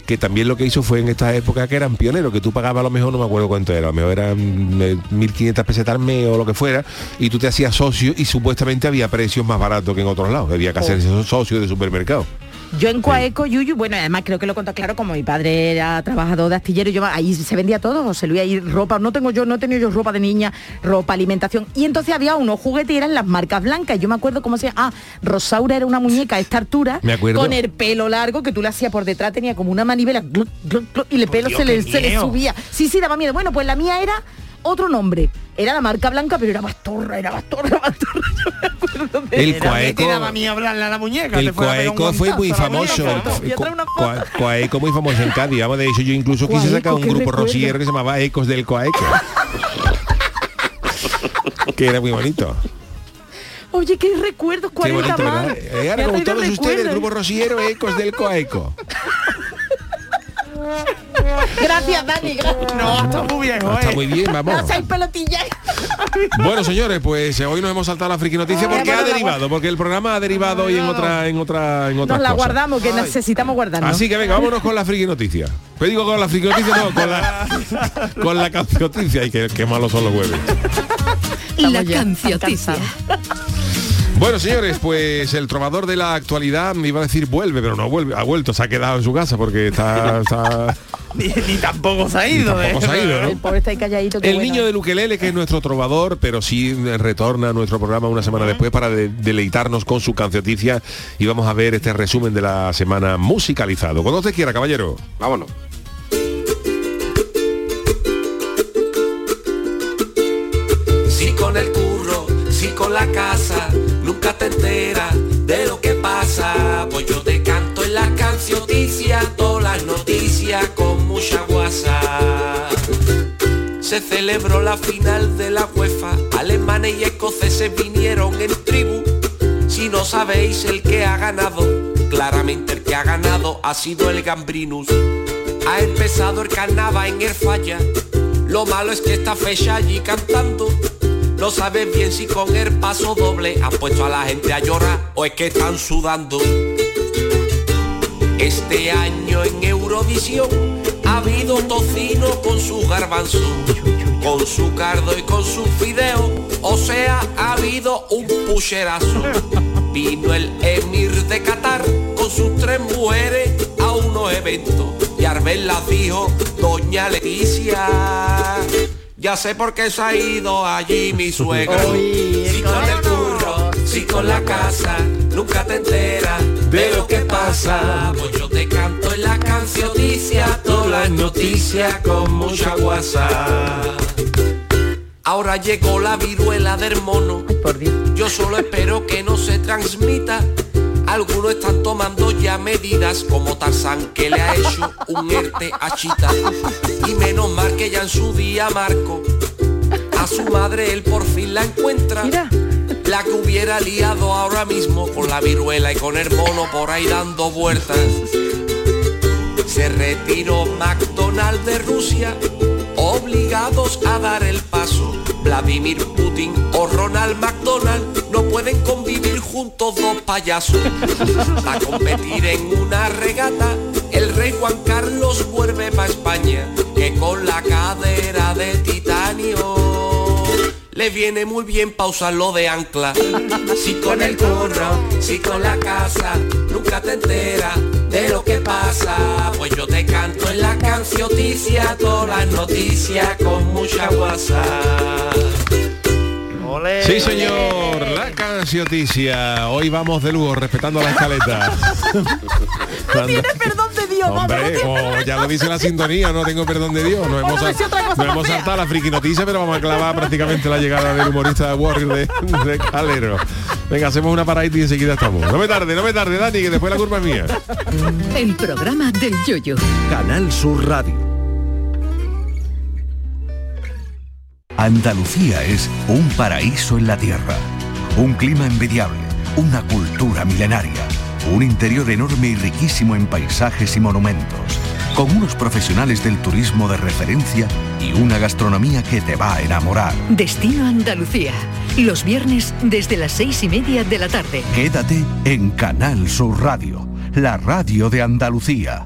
S1: que también lo que hizo fue en esta época que eran pioneros, que tú pagabas a lo mejor, no me acuerdo cuánto era, a lo mejor eran eh, 1.500 pesetas al mes o lo que fuera, y tú te
S7: Oh.
S1: hacías socio y supuestamente había precios más baratos que en otros lados, había que hacerse socio de supermercado.
S7: Yo en Coaeco, Yuyu, bueno, además creo que lo contó claro, como mi padre era trabajador de astillero, yo ahí se vendía todo, José Luis, ahí ropa, no tengo yo, no he tenido yo ropa de niña, ropa, alimentación. Y entonces había unos juguetes y eran las marcas blancas. Yo me acuerdo cómo se llama, ah, Rosaura era una muñeca, esta altura,
S1: Me acuerdo.
S7: con el pelo largo que tú le hacías por detrás, tenía como una manivela gluc, gluc, gluc, y el pelo
S6: Dios,
S7: se, le,
S6: qué
S7: se le
S6: miedo.
S7: subía. Sí, sí, daba miedo. Bueno, pues la mía era otro nombre. Era la marca blanca, pero era bastorra, era bastorra, bastorra. Yo me acuerdo de
S1: El
S7: era-
S6: ¿Qué te daba
S1: Coaeco.
S6: a mí hablarle a la muñeca? Te
S1: El
S6: fuera a pegar un
S1: Coaeco fue muy
S6: guantazo a la
S1: famoso.
S6: muñeca, ¿no?
S1: El
S6: Voy a traer una foto.
S1: Coa- Coaeco muy famoso en Cádiz. Vamos, de hecho, yo incluso quise
S7: Coaeco,
S1: sacar un
S7: qué
S1: grupo
S7: recuerdo.
S1: rociero que se llamaba Ecos del Coaeco. que era muy bonito.
S7: Oye, qué recuerdos,
S1: Qué
S7: 40
S1: bonito,
S7: más.
S1: ¿verdad? Eh,
S7: Me
S1: Ahora
S7: ha
S1: como
S7: traído
S1: todos ustedes, el
S7: recuerdos.
S1: grupo rociero Ecos del Coaeco.
S7: Gracias, Dani, gracias.
S6: No, está muy viejo,
S1: Está
S6: eh.
S1: muy bien, vamos.
S7: No seáis pelotillas.
S1: Bueno, señores, pues eh, hoy nos hemos saltado la friki noticia porque ha
S7: bueno, la
S1: derivado, porque el programa ha derivado hoy en otra, en otra, en otras
S7: Nos la
S1: cosas.
S7: guardamos, que necesitamos guardarnos.
S1: Así que venga, vámonos con la friki noticia. Pero digo con la friki noticia, no, con la, con la cancioticia. Y que, que malos son los jueves.
S4: La
S7: ya tan
S4: cancioticia.
S1: Bueno, señores, pues el trovador de la actualidad me iba a decir vuelve, pero no vuelve, ha vuelto, se ha quedado en su casa porque está... está-
S6: Ni, ni tampoco se ha ido, eh.
S1: tampoco se ha ido, ¿no?
S7: El pobre está ahí calladito. qué
S1: El
S7: bueno.
S1: niño del ukelele, que es nuestro trovador, pero sí eh, retorna a nuestro programa una semana después para de- deleitarnos con su cancioticia y vamos a ver este resumen de la semana musicalizado. Cuando usted quiera, caballero.
S8: Vámonos.
S9: Si con el curro, si con la casa, nunca te enteras de lo que pasa. Pues yo te canto en la cancioticia, todas las noticias con mucha guasa. Se celebró la final de la UEFA, alemanes y escoceses vinieron en tribu. Si no sabéis el que ha ganado, claramente el que ha ganado ha sido el Gambrinus. Ha empezado el carnaval en el falla. Lo malo es que esta fecha allí cantando. No sabes bien si con el paso doble han puesto a la gente a llorar o es que están sudando. Este año en Eurovisión ha habido tocino con su garbanzo, con su cardo y con su fideo. O sea, ha habido un pucherazo. Vino el emir de Qatar con sus tres mujeres a unos eventos. Y Arbel las dijo, doña Leticia. Ya sé por qué se ha ido allí mi suegro.
S7: Uy,
S9: Si con el curro, si con la casa, nunca te enteras de lo que pasa. Pues yo te canto en la cancioticia, todas las noticias con mucha guasa. Ahora llegó la viruela del mono.
S7: Ay, por Dios.
S9: Yo solo espero que no se transmita. Algunos están tomando ya medidas como Tarzán que le ha hecho un ERTE a Chita. Y menos mal que ya en su día Marco. A su madre él por fin la encuentra.
S7: Mira.
S9: La que hubiera liado ahora mismo con la viruela y con el mono por ahí dando vueltas. Se retiró McDonald's de Rusia, obligados a dar el paso. Vladimir Putin o Ronald McDonald no pueden convivir juntos dos payasos. Para competir en una regata, el rey Juan Carlos vuelve para España, que con la cadera de titanio le viene muy bien pausarlo de ancla. Si con el curro, si con la casa, nunca te enteras de lo que pasa. Pues yo te canto en la cancioticia, todas las noticias con mucha guasa.
S6: Ole.
S1: Sí, señor, la cancioticia. Hoy vamos de lujo, respetando la escaleta.
S7: Tienes perdón de Dios, vamos. no
S1: Hombre,
S7: tienes
S1: como
S7: perdón de
S1: ya lo dice la sintonía, no tengo perdón de Dios. Nos hemos,
S7: no decía otra cosa
S1: nos
S7: más
S1: hemos
S7: fea.
S1: saltado la friki noticia, pero vamos a clavar prácticamente la llegada del humorista Warrior de, de Calero. Venga, hacemos una paradita y enseguida estamos. No me tarde, no me tarde, Dani, que después la culpa es mía.
S4: El programa del yoyo.
S10: Canal Sur Radio. Andalucía es un paraíso en la tierra, un clima envidiable, una cultura milenaria, un interior enorme y riquísimo en paisajes y monumentos, con unos profesionales del turismo de referencia y una gastronomía que te va a enamorar.
S4: Destino Andalucía. Los viernes desde las seis y media de la tarde.
S10: Quédate en Canal Sur Radio, la radio de Andalucía.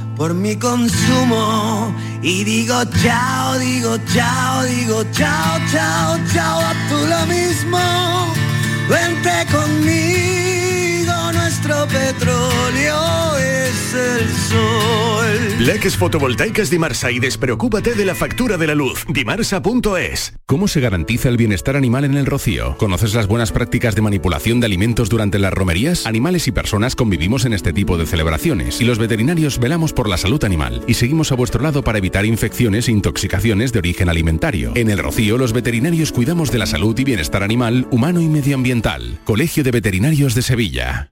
S11: por mi consumo y digo chao, digo chao, digo chao, chao, chao, a tú lo mismo. Vente conmigo, nuestro petróleo es el sol.
S12: Leques fotovoltaicas Dimarsa y despreocúpate de la factura de la luz. Dimarsa.es.
S13: ¿Cómo se garantiza el bienestar animal en el rocío? ¿Conoces las buenas prácticas de manipulación de alimentos durante las romerías? Animales y personas convivimos en este tipo de celebraciones y los veterinarios velamos por la salud animal y seguimos a vuestro lado para evitar infecciones e intoxicaciones de origen alimentario. En el rocío los veterinarios cuidamos de la salud y bienestar animal, humano y medioambiental. Colegio de Veterinarios de Sevilla.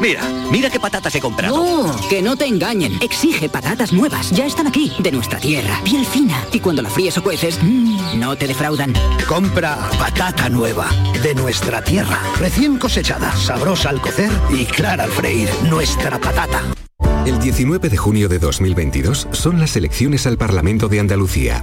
S14: Mira, mira qué patatas he comprado.
S15: No, que no te engañen. Exige patatas nuevas. Ya están aquí, de nuestra tierra. Piel fina. Y cuando las fríes o cueces, mmm, no te defraudan.
S16: Compra patata nueva, de nuestra tierra. Recién cosechada, sabrosa al cocer y clara al freír. Nuestra patata.
S17: El 19 de junio de 2022 son las elecciones al Parlamento de Andalucía.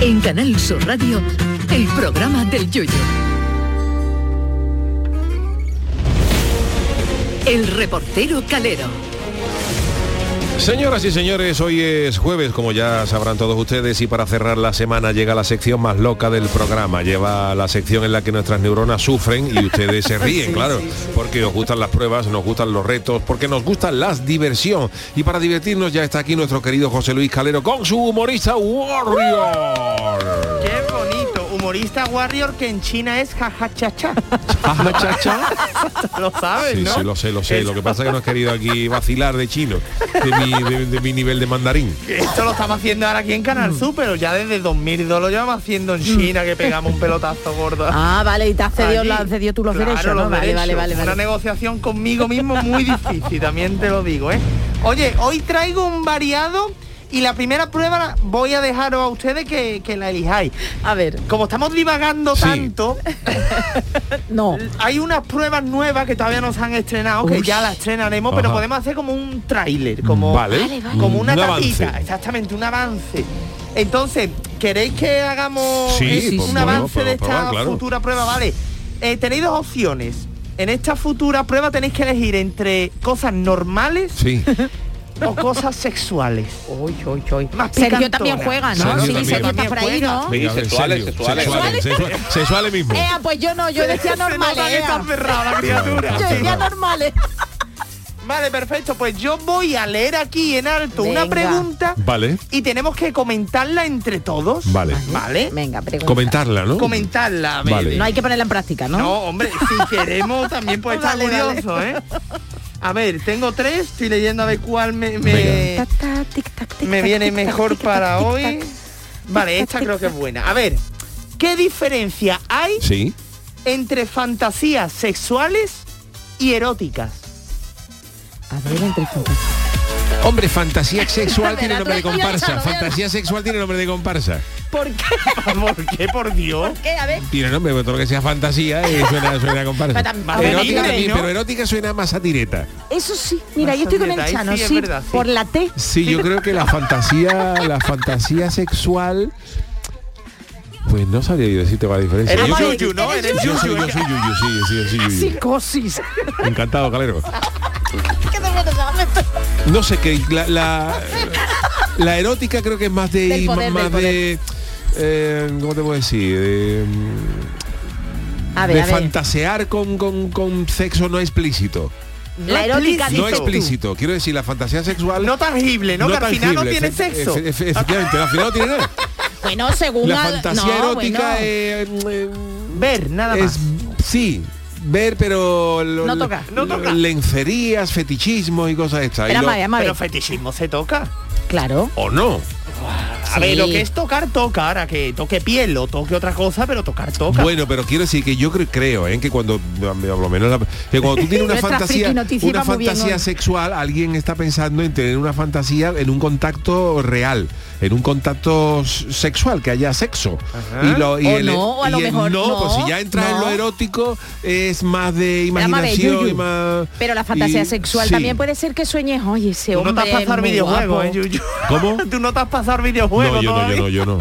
S4: En Canal Sur Radio, el programa del Yoyo. El reportero Calero.
S1: Señoras y señores, hoy es jueves, como ya sabrán todos ustedes, y para cerrar la semana llega la sección más loca del programa. Lleva la sección en la que nuestras neuronas sufren y ustedes se ríen,
S18: Sí,
S1: claro,
S18: sí, sí.
S1: porque os gustan las pruebas, nos gustan los retos, porque nos gustan las diversión. Y para divertirnos ya está aquí nuestro querido José Luis Calero con su humorista Warrior.
S6: Qué bonito. Humorista Warrior que en China es jajachacha. Lo sabes,
S1: Sí,
S6: Ah, ¿no?
S1: sí, lo sé, lo sé. Lo que pasa es que no has querido aquí vacilar de chino, de mi, de- de mi nivel de mandarín.
S6: Esto lo estamos haciendo ahora aquí en Canal Sur, pero ya desde 2002 lo llevamos haciendo en China, que pegamos un pelotazo gordo.
S7: Ah, vale, y te has cedido, la- cedido tú los
S6: Claro,
S7: derechos, ¿no?
S6: los
S7: Vale, vale,
S6: derechos.
S7: vale,
S6: Una
S7: vale.
S6: negociación conmigo mismo muy difícil, también te lo digo, ¿eh? Oye, hoy traigo un variado y la primera prueba la voy a dejaros a ustedes que, que la elijáis.
S7: A ver.
S6: Como estamos divagando tanto,
S7: no.
S6: hay unas pruebas nuevas que todavía no se han estrenado, que
S7: Ush.
S6: ya las estrenaremos, pero
S1: Ajá.
S6: podemos hacer como un tráiler, como,
S1: Vale. Vale, vale.
S6: Oh, como una
S1: Mm, Un
S6: tapita,
S1: avance.
S6: exactamente, un avance. Entonces, ¿queréis que hagamos
S1: Sí,
S6: eh,
S1: sí,
S6: un
S1: sí.
S6: avance
S1: podemos
S6: de esta
S1: probar, claro.
S6: futura prueba? Vale, Eh, tenéis dos opciones. En esta futura prueba tenéis que elegir entre cosas normales
S1: Sí.
S6: o cosas sexuales. Más
S7: Sergio
S6: picantonas.
S7: también juega, ¿no?
S1: Sergio
S7: sí,
S1: también.
S7: Sergio está por ahí,
S6: Oh.
S7: ¿no?
S1: Venga, a ver,
S8: sexuales,
S1: serio,
S8: sexuales.
S1: sexuales,
S8: Sexuales.
S1: sexu- sexuales mismo.
S7: Eh, Ea, pues yo no, yo decía
S6: Se nota
S7: normales.
S6: que
S7: ea.
S6: está cerrada,
S7: Yo
S6: criatura.
S7: decía normales.
S6: Vale, perfecto. Pues yo voy a leer aquí en alto una pregunta
S1: Vale.
S6: y tenemos que comentarla entre todos.
S1: Vale.
S6: Vale.
S7: Venga, pregunta.
S1: Comentarla, ¿no?
S6: Comentarla.
S1: Vale.
S6: Meli.
S7: No hay que ponerla en práctica, ¿no?
S6: Uh. No, hombre, si queremos también puede estar
S7: Dale, dale.
S6: curioso, ¿eh? A ver, tengo tres, estoy leyendo a ver cuál me, me- me viene mejor para hoy. Vale, esta creo que es buena. A ver, ¿qué diferencia hay
S1: Sí.
S6: entre fantasías sexuales y eróticas?
S7: A ver, entre
S1: Hombre, fantasía sexual
S6: Espérate,
S1: tiene nombre de
S6: la tuya,
S1: comparsa.
S6: la tuya.
S1: Fantasía sexual tiene nombre de comparsa.
S7: ¿Por qué?
S6: ¿Por qué, por Dios?
S7: ¿Qué? A ver.
S1: Tiene nombre, porque todo lo que sea fantasía eh, suena, suena a comparsa.
S7: Pero tam- a ver,
S1: erótica
S7: dime,
S1: también,
S7: ¿no?
S1: pero erótica suena más a tireta.
S7: Eso sí, mira, yo
S6: Bastante
S7: estoy con el
S6: ahí,
S7: Chano,
S6: sí, es
S7: sí,
S6: verdad, sí.
S7: por la T.
S1: Sí, yo creo que la fantasía, la fantasía sexual. Pues no sabía yo decirte cuál es la diferencia.
S6: Eres
S1: Yo soy-
S6: yuyu, ¿no? Eres
S1: Yo soy,
S6: yuyu,
S1: yo
S6: ¿eh?
S1: soy yuyu, sí, sí, sí, yuyu.
S7: Psicosis.
S1: Encantado, Calero.
S7: Que de verdad me estoy-
S1: No sé qué, la, la, la erótica creo que es más de
S7: Del poder,
S1: más
S7: del
S1: de eh, ¿cómo te puedo decir? De,
S7: A ver,
S1: de
S7: a ver.
S1: fantasear con, con, con sexo no explícito.
S7: La erótica
S1: No
S7: dices Ah, tú.
S1: explícito, quiero decir, la fantasía sexual.
S6: No tangible, ¿no? Que al final no
S1: tangible,
S6: tiene
S1: efe-
S6: sexo.
S1: efe- efe- Efectivamente, al final no tiene nada.
S7: Bueno, según
S1: La
S7: al-
S1: fantasía
S7: no,
S1: erótica
S7: bueno.
S1: eh,
S6: ver, nada
S1: es sí, ver pero lo-
S7: No toca.
S1: lo- lencerías, fetichismo y cosas estas. Y
S7: Pero,
S1: lo-
S7: madre, madre.
S6: Pero fetichismo se toca.
S7: pues, Claro.
S1: o no.
S6: A ver, lo que es tocar, toca. Ahora que toque piel o toque otra cosa, pero tocar, toca.
S1: Bueno, pero quiero decir que yo creo, creo ¿eh? que cuando, a mí, por lo menos, la- que cuando tú tienes una
S6: Nuestra
S1: fantasía,
S6: friki noticia
S1: una
S6: va muy bien
S1: fantasía
S6: hoy.
S1: sexual, alguien está pensando en tener una fantasía en un contacto real, en un contacto s- sexual, que haya sexo.
S6: Ajá. O no, o a lo
S1: y el
S6: mejor no,
S1: pues si ya entras en
S6: no.
S1: lo erótico, es más de
S7: Era más de
S1: imaginación y
S7: yuyu.
S1: más...
S7: Pero la fantasía
S1: y-
S7: sexual
S1: sí.
S7: también puede ser que sueñes, oye, ese
S6: Tú
S7: hombre
S6: no te has
S7: es
S6: pasado
S7: muy
S6: videojuegos,
S7: guapo".
S6: ¿eh, Yuyu?
S1: ¿Cómo?
S6: Tú no te has pasado
S1: No,
S6: videojuegos eh?
S1: yo no, yo
S6: todavía.
S1: no, yo no.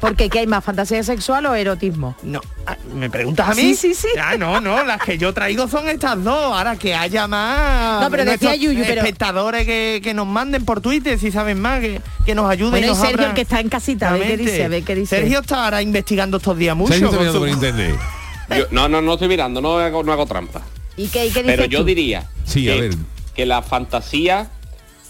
S7: Porque ¿qué hay más, fantasía sexual o erotismo?
S6: No. Ah, ¿Me preguntas a
S7: Sí,
S6: mí?
S7: sí, sí.
S6: Ah, no, no, las que yo traigo son estas dos. Ahora que haya más
S7: No, pero
S6: nuestros
S7: decía Yuyu, pero-
S6: espectadores que, que nos manden por Twitter, si saben más, que, que nos ayuden.
S7: Bueno, y
S6: nos
S7: Sergio,
S6: abran-
S7: el que está en casita, a ver qué
S6: Exactamente.
S7: dice, a ver qué dice.
S6: Sergio está ahora investigando estos días mucho.
S1: Sergio está
S6: con
S1: mirando por
S6: su-
S1: internet.
S8: Yo- no, no, no estoy mirando, no hago, no hago trampa.
S7: ¿Y qué, y qué dices
S8: Pero yo
S7: tú?
S8: diría
S1: Sí, a
S8: que,
S1: ver.
S8: que la fantasía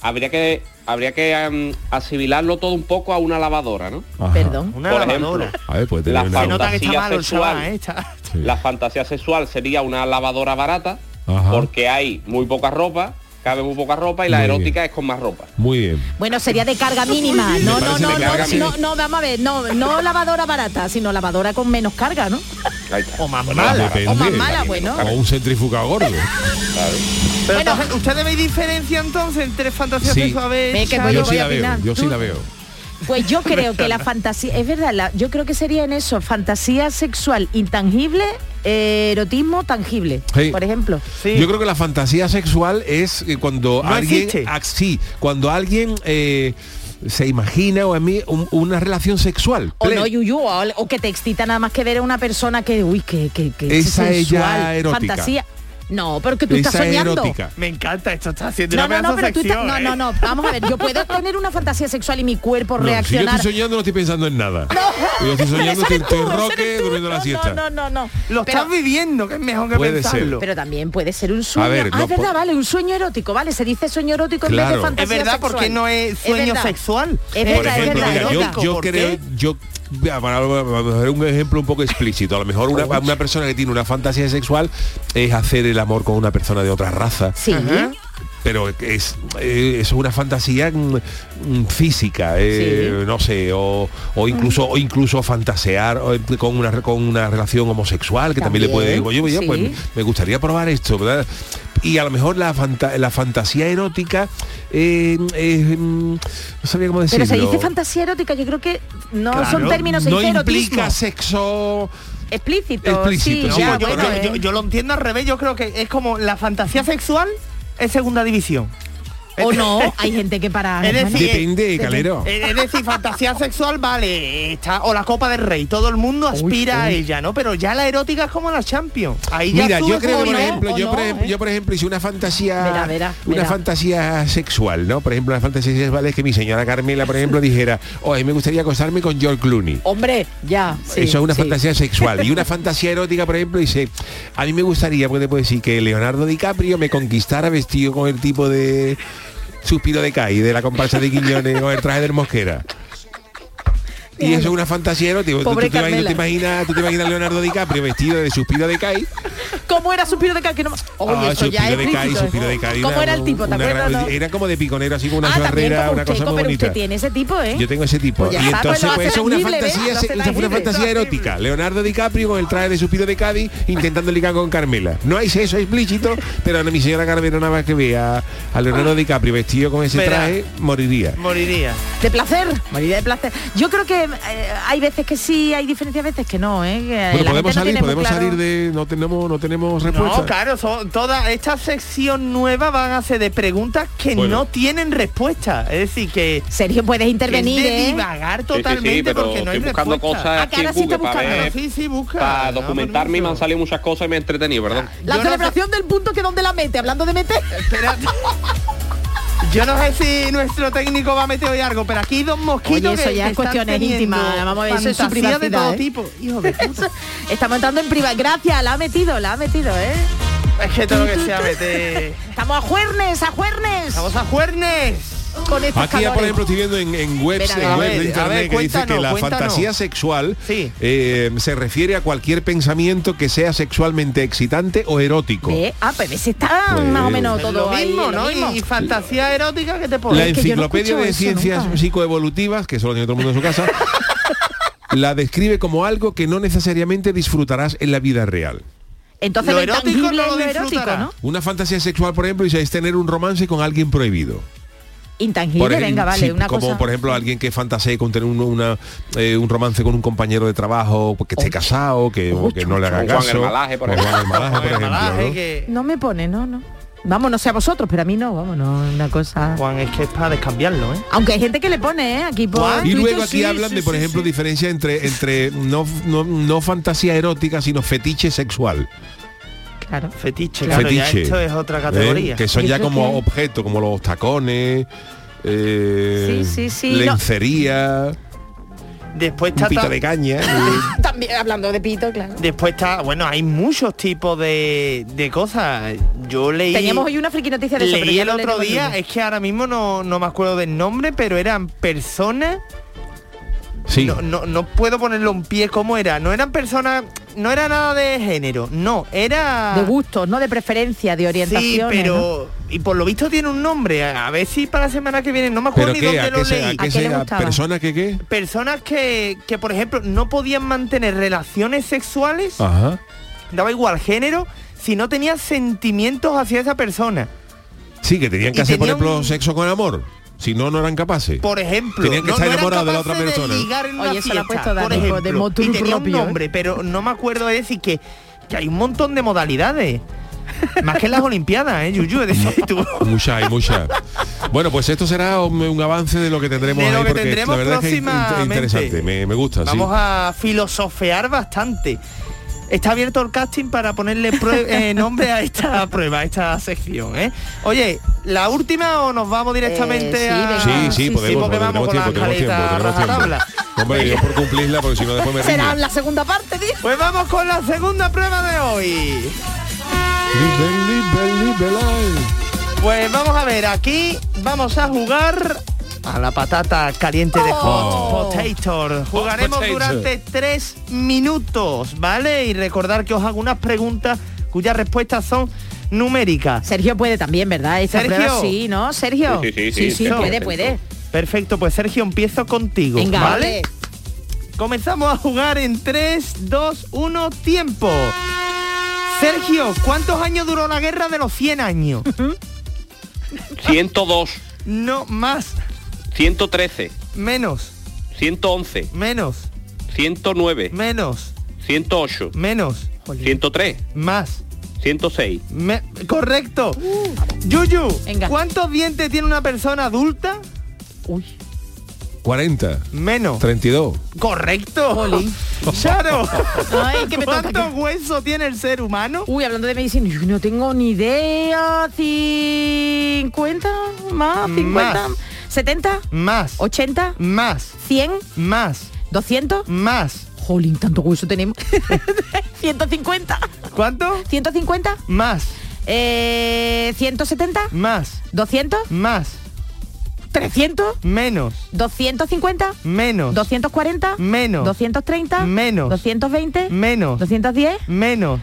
S8: habría que habría que em, asimilarlo todo un poco a una lavadora, ¿no?
S7: Perdón.
S6: Una
S8: Por
S6: lavadora.
S8: ejemplo,
S1: A ver, puede tener
S8: la
S1: una-
S6: Se nota que está
S8: fantasía
S6: malo el
S8: sexual.
S6: chaval, ¿eh? Está-
S8: La fantasía sexual sería una lavadora barata
S1: Ajá.
S8: porque hay muy poca ropa, cabe muy poca ropa y la
S1: Muy bien.
S8: erótica es con más ropa.
S1: Muy bien.
S7: Bueno, sería de carga mínima. No, no,
S8: parece
S7: no,
S8: de
S7: no,
S8: carga
S7: no,
S8: mínima.
S7: no, vamos a ver, no, no lavadora barata, sino lavadora con menos carga, ¿no?
S6: O más mala.
S1: Depende.
S7: O más mala, pues, bueno.
S1: O un centrifugado gordo.
S6: Pero entonces, ¿ustedes veis diferencia entonces entre fantasía
S1: Sí.
S6: sexual? A ver,
S7: Ve que
S6: Xavi,
S7: voy-
S1: Yo
S7: voy
S1: sí
S7: a
S1: la veo,
S7: opinar.
S1: yo sí
S7: Tú-
S1: la veo.
S7: Pues yo creo que la fantasía, es verdad, la- yo creo que sería en eso, fantasía sexual intangible, eh, erotismo tangible,
S1: Sí.
S7: por ejemplo.
S1: Yo creo que la fantasía sexual es eh, cuando
S6: No
S1: alguien
S6: existe.
S1: ah, sí, cuando alguien eh, se imagina o a mí un- una relación sexual.
S7: O
S1: plena.
S7: no, Yuyu, o, o que te excita nada más que ver a una persona que, uy, que, que, que
S1: Esa es ya
S7: sensual,
S1: erótica.
S7: fantasía. No, porque tú
S1: Esa
S7: estás
S1: es
S7: soñando.
S1: erótica.
S6: Me encanta, esto está haciendo
S7: No,
S6: una
S7: no, no,
S6: pedazo
S7: pero tú estás-
S6: sección,
S7: no, no,
S6: ¿eh?
S7: no, vamos a ver, yo puedo tener una fantasía sexual y mi cuerpo
S1: No, si yo
S7: reaccionar.
S1: estoy soñando no estoy pensando en nada. Yo estoy
S7: Pero
S1: soñando
S7: eso
S1: estoy,
S7: eres tú,
S1: estoy
S7: eso
S1: roque
S7: eres tú.
S1: durmiendo la
S7: No,
S1: siesta.
S7: No, no, no, no.
S6: Lo
S7: Pero-
S6: estás viviendo, que es mejor que
S1: Puede ser.
S6: pensarlo.
S7: Pero también puede ser un sueño.
S1: A ver,
S7: ah,
S1: no
S7: es verdad,
S1: po-
S7: vale, un sueño erótico, vale, se dice sueño erótico en vez
S1: Claro.
S7: de
S6: Es
S7: fantasía
S6: verdad,
S7: sexual.
S6: porque no es sueño
S7: verdad.
S6: sexual.
S7: Es
S1: Por
S7: verdad, es
S1: ejemplo,
S7: verdad.
S1: mira,
S7: erótico.
S1: yo, yo
S6: ¿por
S1: creo,
S6: qué?
S1: yo a ver, vamos a ver un ejemplo un poco explícito. A lo mejor una, una persona que tiene una fantasía sexual es hacer el amor con una persona de otra raza.
S7: Sí.
S6: Ajá.
S1: pero es, eh, es una fantasía mm, mm, física eh, no sé o, o incluso o incluso fantasear o, eh, con una con una relación homosexual que también,
S7: También,
S1: le puede oye, oye,
S7: sí.
S1: pues me gustaría probar esto ¿verdad? y a lo mejor la fanta- la fantasía erótica eh, eh, mm, no sabía cómo
S7: Pero
S1: decirlo
S7: se dice fantasía erótica, yo creo que no
S6: Claro.
S7: son términos, se
S1: Ah, no
S7: dice
S1: implica
S7: erotismo.
S1: sexo
S7: Explícito,
S1: Explícito,
S7: sí,
S1: sí,
S7: ya,
S6: yo,
S7: bueno,
S6: yo-
S7: eh.
S6: yo- yo lo entiendo al revés, yo creo que es como la fantasía sexual es segunda división.
S7: eh, O no, hay gente que para...
S6: Es decir,
S1: Depende,
S6: es-
S1: Calero.
S6: Es es decir, fantasía sexual, vale, está, o la Copa del Rey, todo el mundo aspira a
S1: uy.
S6: ella, ¿no? Pero ya la erótica es como la Champions. Ahí ya
S1: Mira, yo
S6: subes
S1: creo,
S6: como
S1: por
S6: no,
S1: ejemplo,
S6: o
S1: yo, por
S6: no,
S1: ejemplo,
S6: ¿eh?
S1: yo, por ejemplo, hice una fantasía,
S6: Verá, verá,
S1: una
S6: verá.
S1: fantasía sexual, ¿no? Por ejemplo, una fantasía sexual es que mi señora Carmela, por ejemplo, dijera, hoy me gustaría acostarme con George Clooney.
S7: Hombre, ya. sí,
S1: Eso es una
S7: sí.
S1: fantasía sexual. Y una fantasía erótica, por ejemplo, dice, a mí me gustaría, porque te puedo decir, que Leonardo DiCaprio me conquistara vestido con el tipo de suspiro de Kai, de la comparsa de Quiñones o el traje del Mosquera. Y eso es una fantasía erótica. Tú-
S7: Pobre
S1: tú, te imaginas-
S7: Carmela.
S1: te imaginas, tú te imaginas a Leonardo DiCaprio vestido de suspiro de Kai
S7: ¿Cómo era suspiro de Kai? Que no... Oye,
S1: Ah,
S7: eso ya
S1: suspiro
S7: es
S1: de Cádiz,
S7: explícito, ¿eh?
S1: suspiro de Cádiz,
S7: ¿Cómo era el tipo? ¿Te
S1: una
S7: acuerdas?
S1: gran-
S7: no?
S1: Era como de piconero, así con una
S7: Ah, también
S1: chorrera,
S7: como
S1: una
S7: usted,
S1: cosa muy
S7: pero
S1: bonita.
S7: usted tiene ese tipo, ¿eh?
S1: Yo tengo ese tipo.
S7: Pues ya
S1: y
S7: está, pues
S1: entonces,
S7: lo
S1: pues
S7: hace
S1: eso es una
S7: tangible, ¿ves?
S1: fantasía,
S7: Lo hace
S1: esa fue una
S7: tangible.
S1: fantasía erótica. Leonardo DiCaprio con el traje de suspiro de Cádiz intentando ligar con Carmela. No hay eso explícito, pero mi señora Carmela nada más que vea a Leonardo DiCaprio vestido con ese
S6: Verá.
S1: traje,
S7: Eh,
S1: moriría.
S6: Moriría.
S7: De placer, moriría de placer. Yo creo que eh, hay veces que sí, hay diferencias, veces que no, ¿eh? Que
S1: Bueno,
S7: la gente no
S1: podemos salir,
S7: tiene muy
S1: podemos
S7: claro.
S1: salir de. No tenemos, no tenemos respuesta.
S6: No, claro, son toda esta sección nueva van a ser de preguntas que
S1: Bueno.
S6: no tienen respuesta. Es decir, que
S7: Sergio puedes intervenir,
S6: Es de
S7: ¿eh?
S6: divagar
S7: Sí, sí, sí,
S6: totalmente
S8: pero
S6: porque no hay
S8: estoy buscando
S6: respuesta.
S7: Ah,
S6: Ah,
S8: cosas aquí en Google para ver-
S6: Sí, sí, busca.
S8: Para documentarme y me han salido muchas cosas y me he entretenido, ¿verdad?
S7: La celebración del punto que donde la mete, hablando de meter.
S6: Yo no sé si nuestro técnico va a meter hoy algo, pero aquí hay dos mosquitos
S7: Oye, eso
S6: que
S7: ya es
S6: están
S7: cuestiones
S6: teniendo
S7: íntimas. Vamos a ver, eso es su
S6: fantasía
S7: privacidad.
S6: de todo
S7: ¿eh?
S6: tipo.
S7: Eso- Estamos entrando en privado. Gracias, la ha metido, la ha metido, ¿eh?
S6: Es que todo lo que sea meter.
S7: Estamos a juernes, a juernes.
S6: Vamos a juernes.
S7: Con estos
S1: Aquí ya,
S7: calores.
S1: por ejemplo, estoy viendo en, en webs,
S7: Espera, a
S1: en webs
S7: ver, a
S1: de internet
S7: ver,
S1: que dice que
S7: cuéntanos,
S1: la
S7: cuéntanos.
S1: fantasía sexual eh, se refiere a cualquier pensamiento que sea sexualmente excitante o erótico.
S7: ¿Ve? Ah, pues ese está
S1: Pues,
S7: más o menos
S6: Es
S7: todo
S6: lo
S7: ahí,
S6: mismo,
S7: lo
S6: ¿no? Y-
S7: mismo.
S6: Y, fantasía erótica que te pones.
S1: la enciclopedia de ciencias psicoevolutivas, que solo tiene todo el mundo en su casa, la describe como algo que no necesariamente disfrutarás en la vida real.
S7: Entonces
S6: Lo
S7: lo,
S6: erótico
S7: erótico
S6: no lo
S7: es lo erótico,
S6: disfrutará.
S7: ¿no?
S1: Una fantasía sexual, por ejemplo, dice, es tener un romance con alguien prohibido.
S7: Intangible,
S1: ej-
S7: venga, vale,
S1: sí,
S7: una
S1: como
S7: cosa.
S1: por ejemplo alguien que fantasee con tener un, una, eh, un romance con un compañero de trabajo pues, que esté casado, que, o que no le haga
S8: Con Juan
S1: caso.
S8: Hermalaje, por
S1: o
S8: ejemplo.
S1: Juan Hermalaje, por ejemplo, ¿no?
S6: eh,
S7: No me pone, no, no. Vamos, no sé a vosotros, pero a mí no, vamos, no, una cosa.
S6: Juan, es que es para descambiarlo, ¿eh?
S7: Aunque hay gente que le pone, ¿eh? Aquí por
S1: Y
S7: Twitter,
S1: luego aquí
S7: sí,
S1: hablan
S7: sí,
S1: de, por
S7: sí,
S1: ejemplo,
S7: sí.
S1: diferencia entre, entre no, no, no fantasía erótica, sino fetiche sexual.
S7: Claro.
S6: Fetiche,
S1: Claro,
S6: claro,
S1: fetiche.
S6: ya esto es otra categoría.
S1: ¿eh? Que son
S6: Yo
S1: ya
S6: creo
S1: como
S6: que-
S1: objetos, como los tacones, eh,
S7: Sí, sí, sí, no.
S1: lencería,
S6: Después
S1: un
S6: está
S1: pito
S6: ta-
S1: de caña.
S7: Ah, También hablando de pito, claro.
S6: Después está, bueno, hay muchos tipos de, de cosas. Yo leí.
S7: Teníamos hoy una friki noticia de eso, pero
S6: Leí
S7: ya
S6: el
S7: no
S6: otro
S7: leeremos
S6: día,
S7: ninguna.
S6: es que ahora mismo no, no me acuerdo del nombre, pero eran personas.
S1: Sí.
S6: No, no, no puedo ponerlo en pie cómo era. No eran personas, no era nada de género. No, era.
S7: De gustos, ¿no? De preferencia, de
S6: Sí,
S7: orientación.
S6: pero. Y por lo visto tiene un nombre. A a ver si para la semana que viene. No me acuerdo
S1: ¿Pero
S6: ni
S1: qué?
S6: dónde
S1: ¿A
S6: lo
S1: qué se-
S6: leí.
S1: a qué se- a personas que qué?
S6: Personas que, que, por ejemplo, no podían mantener relaciones sexuales
S1: Ajá.
S6: daba igual género si no tenía sentimientos hacia esa persona.
S1: Sí, que tenían que
S6: Y
S1: hacer, por
S6: tenía
S1: ejemplo, sexo con amor. Si no, no eran capaces.
S6: Por ejemplo,
S1: Tenían que
S6: no-
S1: estar
S6: no eran
S1: enamorados de la otra
S6: capaces de
S1: persona.
S6: ligar en una
S7: Oye, eso lo ha
S6: fiesta,
S7: puesto Dani,
S6: por
S7: de
S6: ejemplo,
S7: motu
S6: y tenía
S7: propio, ¿eh?
S6: un nombre, pero no me acuerdo de decir que, que hay un montón de modalidades. Más que en las Olimpiadas, ¿eh, Yuyu? Es decir, tú-
S1: Mucha y mucha. Bueno, pues esto será un, un avance de lo que tendremos
S6: De lo
S1: ahí,
S6: que
S1: porque
S6: tendremos
S1: la verdad es que es in-
S6: próximamente.
S1: interesante, me, me gusta. Pues sí.
S6: Vamos a filosofear bastante. Está abierto el casting para ponerle prue- eh, nombre a esta prueba, a esta sección, ¿eh? Oye, ¿la última o nos vamos directamente
S1: Eh, sí,
S6: a...?
S1: sí, sí, podemos, porque
S6: porque
S1: tenemos
S6: vamos con la
S1: tiempo, tenemos tiempo,
S6: escaleta
S1: tenemos tiempo.
S6: rajatabla.
S1: Hombre, yo por cumplirla, porque si no después me rindo.
S7: Será la segunda parte, dice.
S6: Pues vamos con la segunda prueba de hoy. Pues vamos a ver, aquí vamos a jugar a la patata caliente de
S11: Oh.
S6: Hot Potato. Jugaremos
S11: Hot Potato.
S6: durante tres minutos, ¿vale? Y recordar que os hago unas preguntas cuyas respuestas son numéricas.
S7: Sergio puede también, ¿verdad? Esta
S6: Sergio.
S7: prueba sí, ¿no? Sergio.
S6: Sí, sí, sí, sí, Sergio.
S7: puede, puede.
S6: Perfecto, pues Sergio, empiezo contigo,
S7: Venga, vale.
S6: ¿vale? Comenzamos a jugar en 3, 2, 1, tiempo. Sergio, ¿cuántos años duró la guerra de los 100 años?
S8: 102,
S6: No más,
S8: 113,
S6: menos,
S8: 111,
S6: menos,
S8: 109,
S6: menos,
S8: 108,
S6: menos,
S8: 103,
S6: más,
S8: 106.
S6: Me- correcto. Yuyu, ¿cuántos dientes tiene una persona adulta?
S1: 40.
S6: Menos.
S1: 32.
S6: Correcto. Charo.
S7: Ay, que me toca
S6: ¿Cuántos huesos tiene el ser humano?
S7: Uy, hablando de medicina, yo no tengo ni idea. 50 más, 50. 70
S6: más.
S7: 80
S6: más.
S7: 100
S6: más.
S7: 200
S6: más.
S7: Jolín, tanto hueso tenemos. 150.
S6: ¿Cuánto?
S7: 150
S6: más.
S7: Eh, 170
S6: más.
S7: 200
S6: más.
S7: 300
S6: menos.
S7: 250
S6: menos.
S7: 240
S6: menos.
S7: 230
S6: menos.
S7: 220
S6: menos.
S7: 210
S6: menos.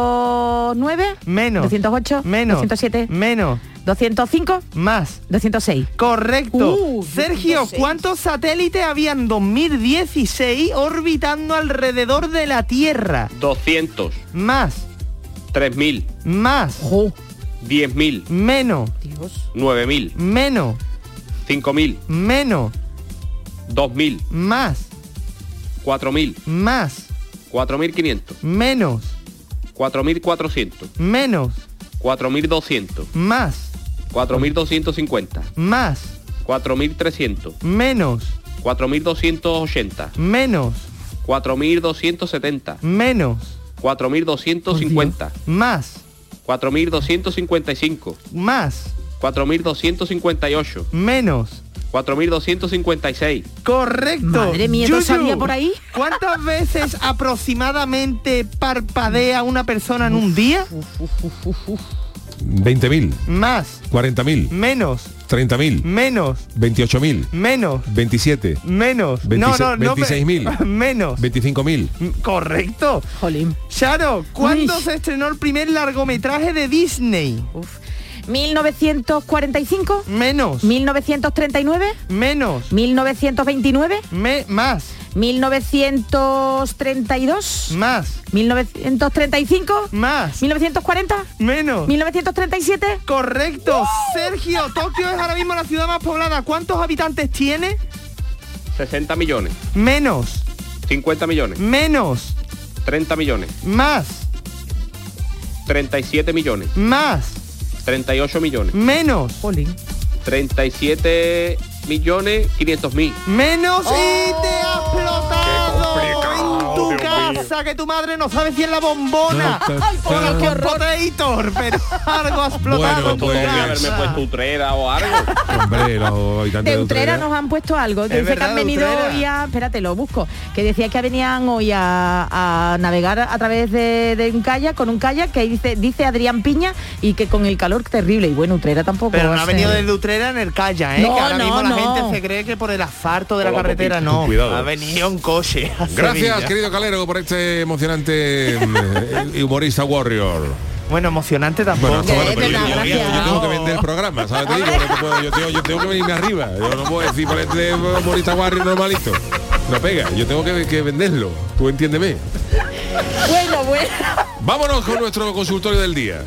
S7: 209
S6: menos.
S7: 208
S6: menos.
S7: 207
S6: menos.
S7: 205
S6: más
S7: 206
S6: Correcto.
S7: Uh,
S6: Sergio,
S7: 206.
S6: ¿cuántos satélites había en 2016 orbitando alrededor de la Tierra?
S8: 200.
S6: Más,
S8: 3.000.
S6: más,
S8: 10.000.
S6: menos,
S8: 9.000.
S6: menos,
S8: 5.000.
S6: menos,
S8: 2.000.
S6: más,
S8: 4.000.
S6: más,
S8: 4.500.
S6: menos,
S8: 4.400.
S6: menos,
S8: 4.200.
S6: más,
S8: 4.250.
S6: más,
S8: 4.300.
S6: menos,
S8: 4.280.
S6: menos,
S8: 4.270.
S6: menos,
S8: 4.250.
S6: más,
S8: 4.255.
S6: más,
S8: 4.258.
S6: menos.
S8: 4.256.
S6: Correcto.
S7: Madre mía, ¿esto
S6: Yuyu,
S7: salía por ahí?
S6: ¿Cuántas veces aproximadamente parpadea una persona en un día?
S1: 20.000.
S6: Más,
S1: 40.000.
S6: menos,
S1: 30.000.
S6: menos,
S1: 28.000.
S6: menos,
S1: 27.
S6: menos.
S1: Veintiséis-
S6: no, no, no. pe-
S1: 26.000.
S6: Menos.
S1: 25.000.
S6: Correcto.
S7: Jolín.
S6: Charo, ¿cuándo
S7: Uy.
S6: se estrenó el primer largometraje de Disney?
S7: 1945
S6: menos
S7: 1939
S6: menos
S7: 1929
S6: Me- más
S7: 1932
S6: más
S7: 1935
S6: más
S7: 1940
S6: menos
S7: 1937
S6: Correcto. Sergio, Tokio es ahora mismo la ciudad más poblada. ¿Cuántos habitantes tiene?
S8: 60 millones.
S6: Menos,
S8: 50 millones.
S6: menos,
S8: 30 millones.
S6: más,
S8: 37 millones.
S6: más,
S8: 38 millones.
S6: menos.
S8: 37 millones 500 mil.
S6: Menos y te ha explotado en tu casa que tu madre no sabe si es la bombona
S8: No, no,
S6: o
S8: no.
S6: el compotator, pero algo ha explotado
S1: Bueno,
S6: en tu
S1: pues,
S6: casa.
S8: haberme puesto utrera o algo.
S1: Hombre, los habitantes
S7: de
S1: de ¿eh? Utrera.
S7: Utrera nos han puesto algo.
S6: Es
S7: Que dice que
S6: verdad,
S7: han venido
S6: Utrera.
S7: hoy a. Espérate, lo busco. Que decía que venían hoy a, a navegar a través de, de un kayak, con un kayak, que ahí dice, dice Adrián Piña, y que con el calor terrible. Y bueno, Utrera tampoco.
S6: Pero
S7: va
S6: no
S7: a
S6: ha venido
S7: ser-
S6: desde Utrera en el Calla, ¿eh?
S7: No,
S6: que ahora
S7: no,
S6: mismo la
S7: no.
S6: gente se cree que por el asfalto de la carretera no.
S1: Cuidado.
S6: Ha venido en coche. a
S1: Gracias,
S6: Sevilla.
S1: querido Calero, por este emocionante mm, eh, humorista Warrior.
S6: Bueno, emocionante
S1: Bueno,
S6: tampoco.
S1: está bueno,
S6: Eh,
S1: pero yo,
S6: verdad,
S1: yo- yo
S6: gracias.
S1: tengo que vender el programa, ¿sabes? Te digo, porque no puedo- yo, tengo, yo tengo que venirme arriba. Yo no puedo decir, por este humorista Warrior normalito. No pega, yo tengo que, que venderlo. Tú entiéndeme.
S7: Bueno, bueno.
S1: Vámonos con nuestro consultorio del día.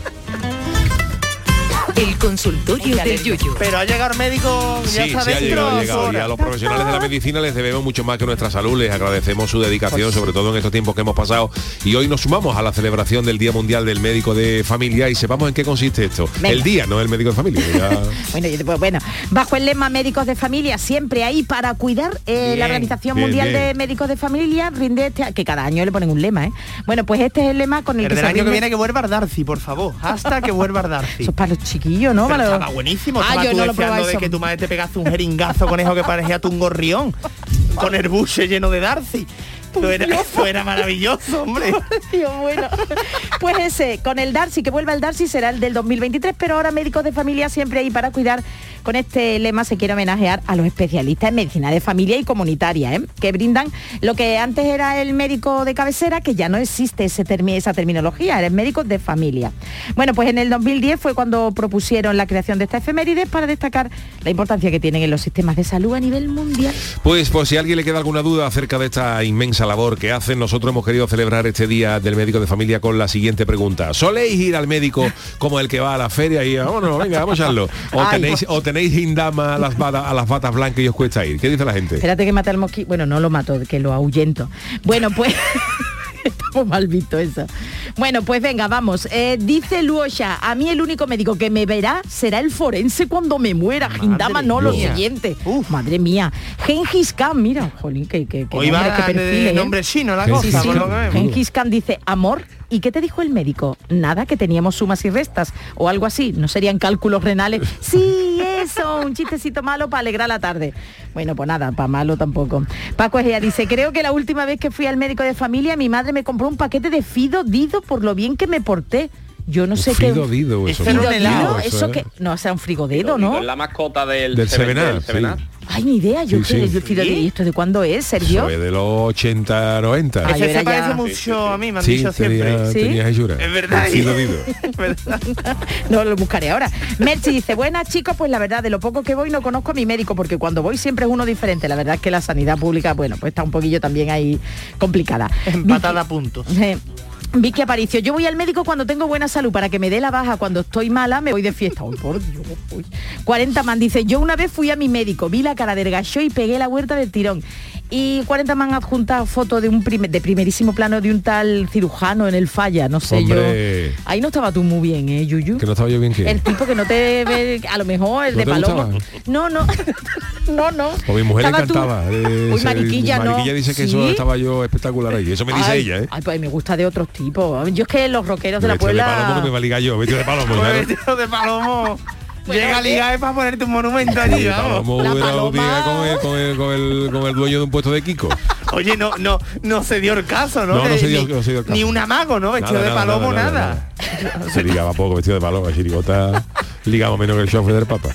S4: El consultorio del Yuyu.
S6: Pero ha llegado el médico, ya
S1: Sí, sí
S6: está
S1: ha
S6: dentro.
S1: llegado, ha llegado. Y a los profesionales de la medicina les debemos mucho más que nuestra salud, les agradecemos su dedicación, sobre todo en estos tiempos que hemos pasado. Y hoy nos sumamos a la celebración del Día Mundial del Médico de Familia y sepamos en qué consiste esto.
S7: Venga.
S1: El día, no el médico de familia. ya-
S7: Bueno, yo te puedo- bueno, bajo el lema Médicos de Familia, siempre ahí para cuidar, eh,
S1: Bien,
S7: la Organización
S1: bien,
S7: Mundial
S1: bien.
S7: de Médicos de Familia rinde este, que cada año le ponen un lema, ¿eh? Bueno, pues este es el lema con el,
S6: El
S7: que
S6: del
S7: se
S6: año que
S7: rinde-
S6: viene que vuelva Darcy, por favor. Hasta que vuelva Darcy.
S7: Eso es para los chiquillos, ¿no?
S6: Pero
S7: Para los-
S6: estaba buenísimo.
S7: Ah,
S6: estaba
S7: yo
S6: tú
S7: no lo
S6: deseando
S7: probaba
S6: de
S7: eso.
S6: que tu madre te pegaste un jeringazo conejo que parecía tú un gorrión con el buche lleno de Darcy. Eso era, eso era maravilloso, hombre.
S7: Tío, bueno. Pues ese, con el Darcy, que vuelva el Darcy, será el del 2023, pero ahora médicos de familia siempre ahí para cuidar. Con este lema se quiere homenajear a los especialistas en medicina de familia y comunitaria, ¿eh? que brindan lo que antes era el médico de cabecera, que ya no existe ese termi- esa terminología, eres médico de familia. Bueno, pues en el 2010 fue cuando propusieron la creación de esta efemérides para destacar la importancia que tienen en los sistemas de salud a nivel mundial.
S1: Pues por si a alguien le queda alguna duda acerca de esta inmensa labor que hacen, nosotros hemos querido celebrar este día del médico de familia con la siguiente pregunta. ¿Soléis ir al médico como el que va a la feria y vámonos, venga, vamos a echarlo? ¿O
S7: Ay.
S1: tenéis, o tenéis indama a las, bata- a las batas blancas y os cuesta ir? ¿Qué dice la gente?
S7: Espérate que mata al mosquito. Bueno, no lo mato, que lo ahuyento. Bueno, pues Estamos mal visto eso. Bueno, pues venga, vamos. Eh, dice Luosha, a mí el único médico que me verá será el forense cuando me muera. Gindama, no, los
S6: mía.
S7: oyentes. madre mía. Gengis Khan, mira, jolín, que, que, que
S6: Hoy va
S7: nombre, que
S6: de- de
S7: perfiles, ¿eh?
S6: nombre chino la cosa, por lo que vemos.
S7: Gengis Khan dice, amor, ¿y qué te dijo el médico? Nada, que teníamos sumas y restas o algo así. No serían cálculos renales. Sí, eso, un chistecito malo para alegrar la tarde. Bueno, pues nada, para malo tampoco. Paco Egea dice, creo que la última vez que fui al médico de familia, mi madre me compró un paquete de Fido Dido por lo bien que me porté. Yo no sé
S1: Fido
S7: qué...
S1: Dido, eso,
S7: Fido
S1: ¿no?
S7: Dido,
S1: Helado, eso,
S7: eso,
S1: ¿eh?
S7: que... No, o sea, un frigodedo, ¿no?
S8: Es la mascota del,
S1: Del
S8: Seven-
S1: Seven Up,
S8: del Seven Up.
S1: sí.
S7: Ay, ni idea, yo
S1: Sí,
S7: qué-
S1: sí.
S7: yo Fido Dido, ¿y esto de cuándo es, Sergio?
S1: Eso es de los 80, 90.
S7: Ay, yo
S6: Se
S7: era
S6: parece
S7: ya-
S6: mucho a mí, me han
S1: Sí,
S6: dicho
S1: tenía,
S6: siempre.
S1: tenía hechura.
S6: Es verdad.
S1: Sí, lo digo.
S7: no lo buscaré ahora. Merchi dice, buenas chicos, pues la verdad, de lo poco que voy no conozco a mi médico, porque cuando voy siempre es uno diferente. La verdad es que la sanidad pública, bueno, pues está un poquillo también ahí complicada.
S6: Empatada a puntos.
S1: Pues
S7: Eh, Vicky Aparicio, yo voy al médico cuando tengo buena salud para que me dé la baja, cuando estoy mala me voy de fiesta. Ay, por Dios, uy. 40 man dice, yo una vez fui a mi médico, vi la cara del gacho y pegué la huerta del tirón. Y 40 man adjunta foto de un primer- de primerísimo plano de un tal cirujano en el falla, no sé
S1: Hombre.
S7: yo. Ahí no estaba tú muy bien, eh, Yuyu.
S1: Que no estaba yo bien que.
S7: El tipo que no te ve, a lo mejor el
S1: ¿No
S7: de
S1: te
S7: Paloma.
S1: gustaba?
S7: No, no. no, no.
S1: O Pues mi mujer le
S7: Estaba tú-
S1: encantaba. eh,
S7: Uy,
S1: ese-
S7: mariquilla, no.
S1: Mariquilla dice que eso
S7: ¿Sí?
S1: estaba yo espectacular ahí. Eso me dice
S7: ay,
S1: ella, ¿eh?
S7: Ay, pues me gusta de otros tipos. Yo es que los rockeros de la
S1: Vete de palomo no me
S7: Puebla. Pues,
S1: va a ligar yo. Vete de palomo. ¿sabes?
S6: Tío Pues de palomo.
S1: Pues
S6: Llega a ligar para ponerte un monumento allí,
S1: Vete de
S6: vamos.
S1: palomo hubiera liga con el, con, el, con, el, con el dueño de un puesto de Kiko.
S6: Oye, no, no, no se dio el caso, ¿no?
S1: No, no se dio-
S6: ni,
S1: no se dio el caso.
S6: Ni un amago, ¿no? Vestido
S1: Nada,
S6: de
S1: nada,
S6: palomo,
S1: nada,
S6: nada.
S1: nada, Se ligaba poco, vestido de paloma, chirigota. Ligamos menos que el chofer del papa.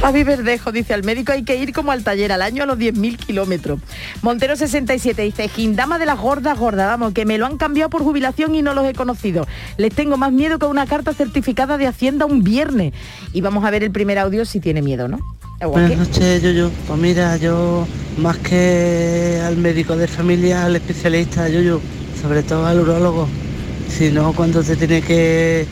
S7: Javi Verdejo dice, al médico hay que ir como al taller al año a los 10.000 kilómetros. Montero 67 dice, Gindama de las gordas, gordas, vamos, que me lo han cambiado por jubilación y no los he conocido. Les tengo más miedo que a una carta certificada de Hacienda un viernes. Y vamos a ver el primer audio si tiene miedo, ¿no? ¿O a
S2: Buenas
S7: qué?
S2: noches, Yoyo. Pues mira, yo más que al médico de familia, al especialista, Yoyo, sobre todo al urólogo. Si no, cuando te tiene que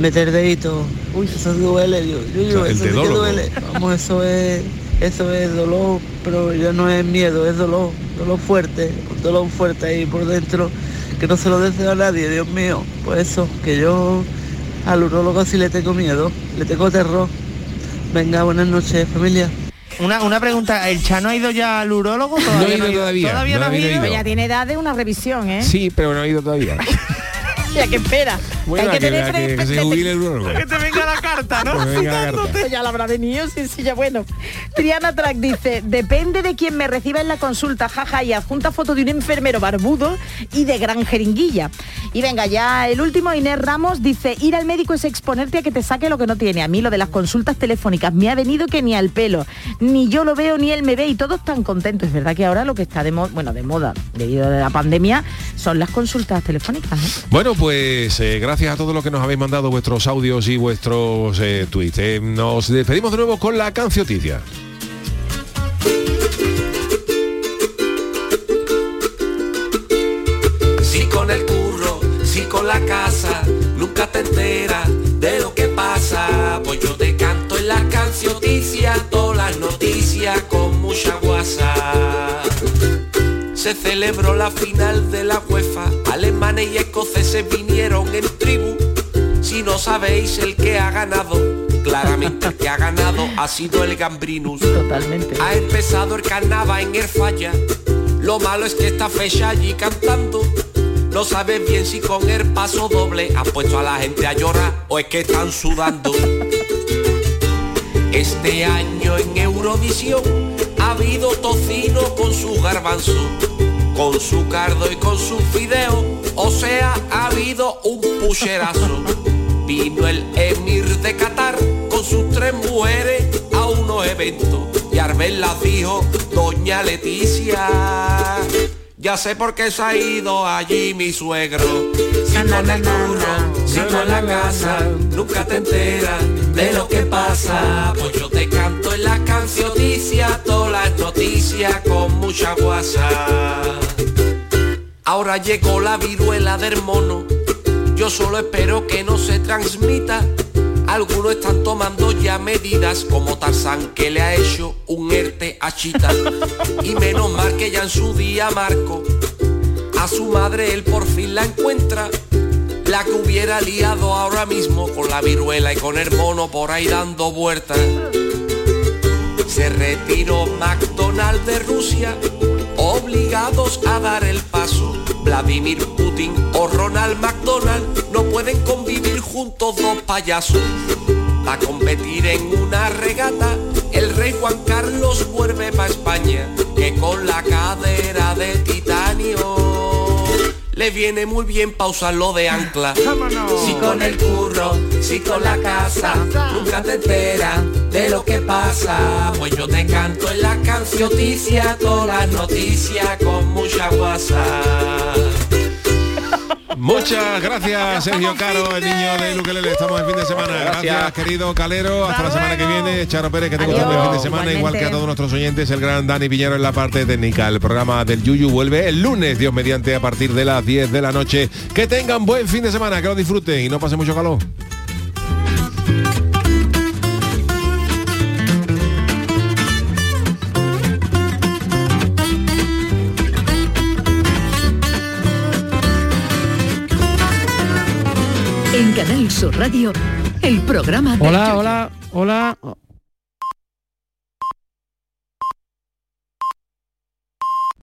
S2: meter dedito. Uy, eso duele, yo- Yoyo,
S5: O sea, el
S2: eso sí que
S5: dedólogo.
S2: duele. Vamos, eso es, eso es dolor, pero ya no es miedo, es dolor, dolor fuerte, un dolor fuerte ahí por dentro, que no se lo deseo a nadie, Dios mío. Pues eso, que yo al urólogo sí le tengo miedo, le tengo terror. Venga, buenas noches, familia.
S6: Una, una pregunta, ¿el Chano ha ido ya al urólogo? Todavía
S1: ido todavía,
S6: ¿Todavía no,
S1: no
S6: ha
S1: he
S6: ido?
S1: ido.
S7: Ya tiene edad de una revisión, ¿eh?
S1: Sí, pero no ha ido todavía.
S7: Ya que espera.
S1: Bueno,
S7: hay
S1: a
S7: que
S1: que,
S7: tener
S1: a que- que se
S7: fre-
S1: jubile el urólogo.
S6: te venga la carta,
S1: ¿no? Que me venga la carta.
S7: Pues ya la habrá venido, sí, sí, ya bueno. Triana Track dice, depende de quien me reciba en la consulta, jaja, y adjunta foto de un enfermero barbudo y de gran jeringuilla. Y venga, ya el último, Inés Ramos dice, ir al médico es exponerte a que te saque lo que no tiene. A mí lo de las consultas telefónicas me ha venido que ni al pelo, ni yo lo veo ni él me ve y todos tan contentos. Es verdad que ahora lo que está de moda, bueno, de moda, debido a la pandemia, son las consultas telefónicas. ¿eh?
S1: Bueno, pues eh, gracias a todos los que nos habéis mandado vuestros audios y vuestros eh, tweets. Eh, nos despedimos de nuevo con la cancioticia.
S9: Si con el curro, si con la casa, nunca te enteras de lo que pasa. Pues yo te canto en la cancioticia, todas las noticias con mucha guasa. Se celebró la final de la UEFA, alemanes y escoceses vinieron en tribu. Si no sabéis el que ha ganado, claramente el que ha ganado ha sido el Gambrinus.
S7: Totalmente.
S9: Ha empezado el carnaval en el falla. Lo malo es que esta fecha allí cantando. No sabes bien si con el paso doble ha puesto a la gente a llorar o es que están sudando. Este año en Eurovisión ha habido tocino con su garbanzo, con su cardo y con su fideo, o sea, ha habido un pucherazo. Vino el emir de Qatar con sus tres mujeres a unos eventos y Arbel las dijo, doña Leticia, ya sé por qué se ha ido allí mi suegro. Si con el curro, si con la casa, nunca te enteras de lo que pasa. Pues yo te canto en la cancionicia, todas las noticias con mucha guasa. Ahora llegó la viruela del mono, yo solo espero que no se transmita. Algunos están tomando ya medidas como Tarzán que le ha hecho un ERTE a Chita. Y menos mal que ya en su día Marco A su madre él por fin la encuentra, la que hubiera liado ahora mismo con la viruela y con el mono por ahí dando vueltas. Se retiró McDonald de Rusia, obligados a dar el paso. Vladimir Putin o Ronald McDonald no pueden convivir juntos dos payasos. Para competir en una regata, el rey Juan Carlos vuelve para España, que con la cadera de titanio le viene muy bien pausarlo de ancla. Si con el curro, si con la casa, nunca te enteras de lo que pasa. Pues yo te canto en la cancioticia todas las noticias con mucha guasa.
S1: Muchas gracias, Sergio Caro, el niño de Luquelele. Estamos en fin de semana. Gracias, querido Calero. Hasta la semana que viene. Charo Pérez, que tengo un buen fin de semana. Igual que a todos nuestros oyentes, el gran Dani Piñero en la parte técnica. El programa del Yuyu vuelve el lunes, Dios mediante, a partir de las 10 de la noche. Que tengan buen fin de semana, que lo disfruten y no pase mucho calor.
S4: En Canal Sur Radio, el programa del
S3: Hola,
S4: Yoyo.
S3: hola, hola,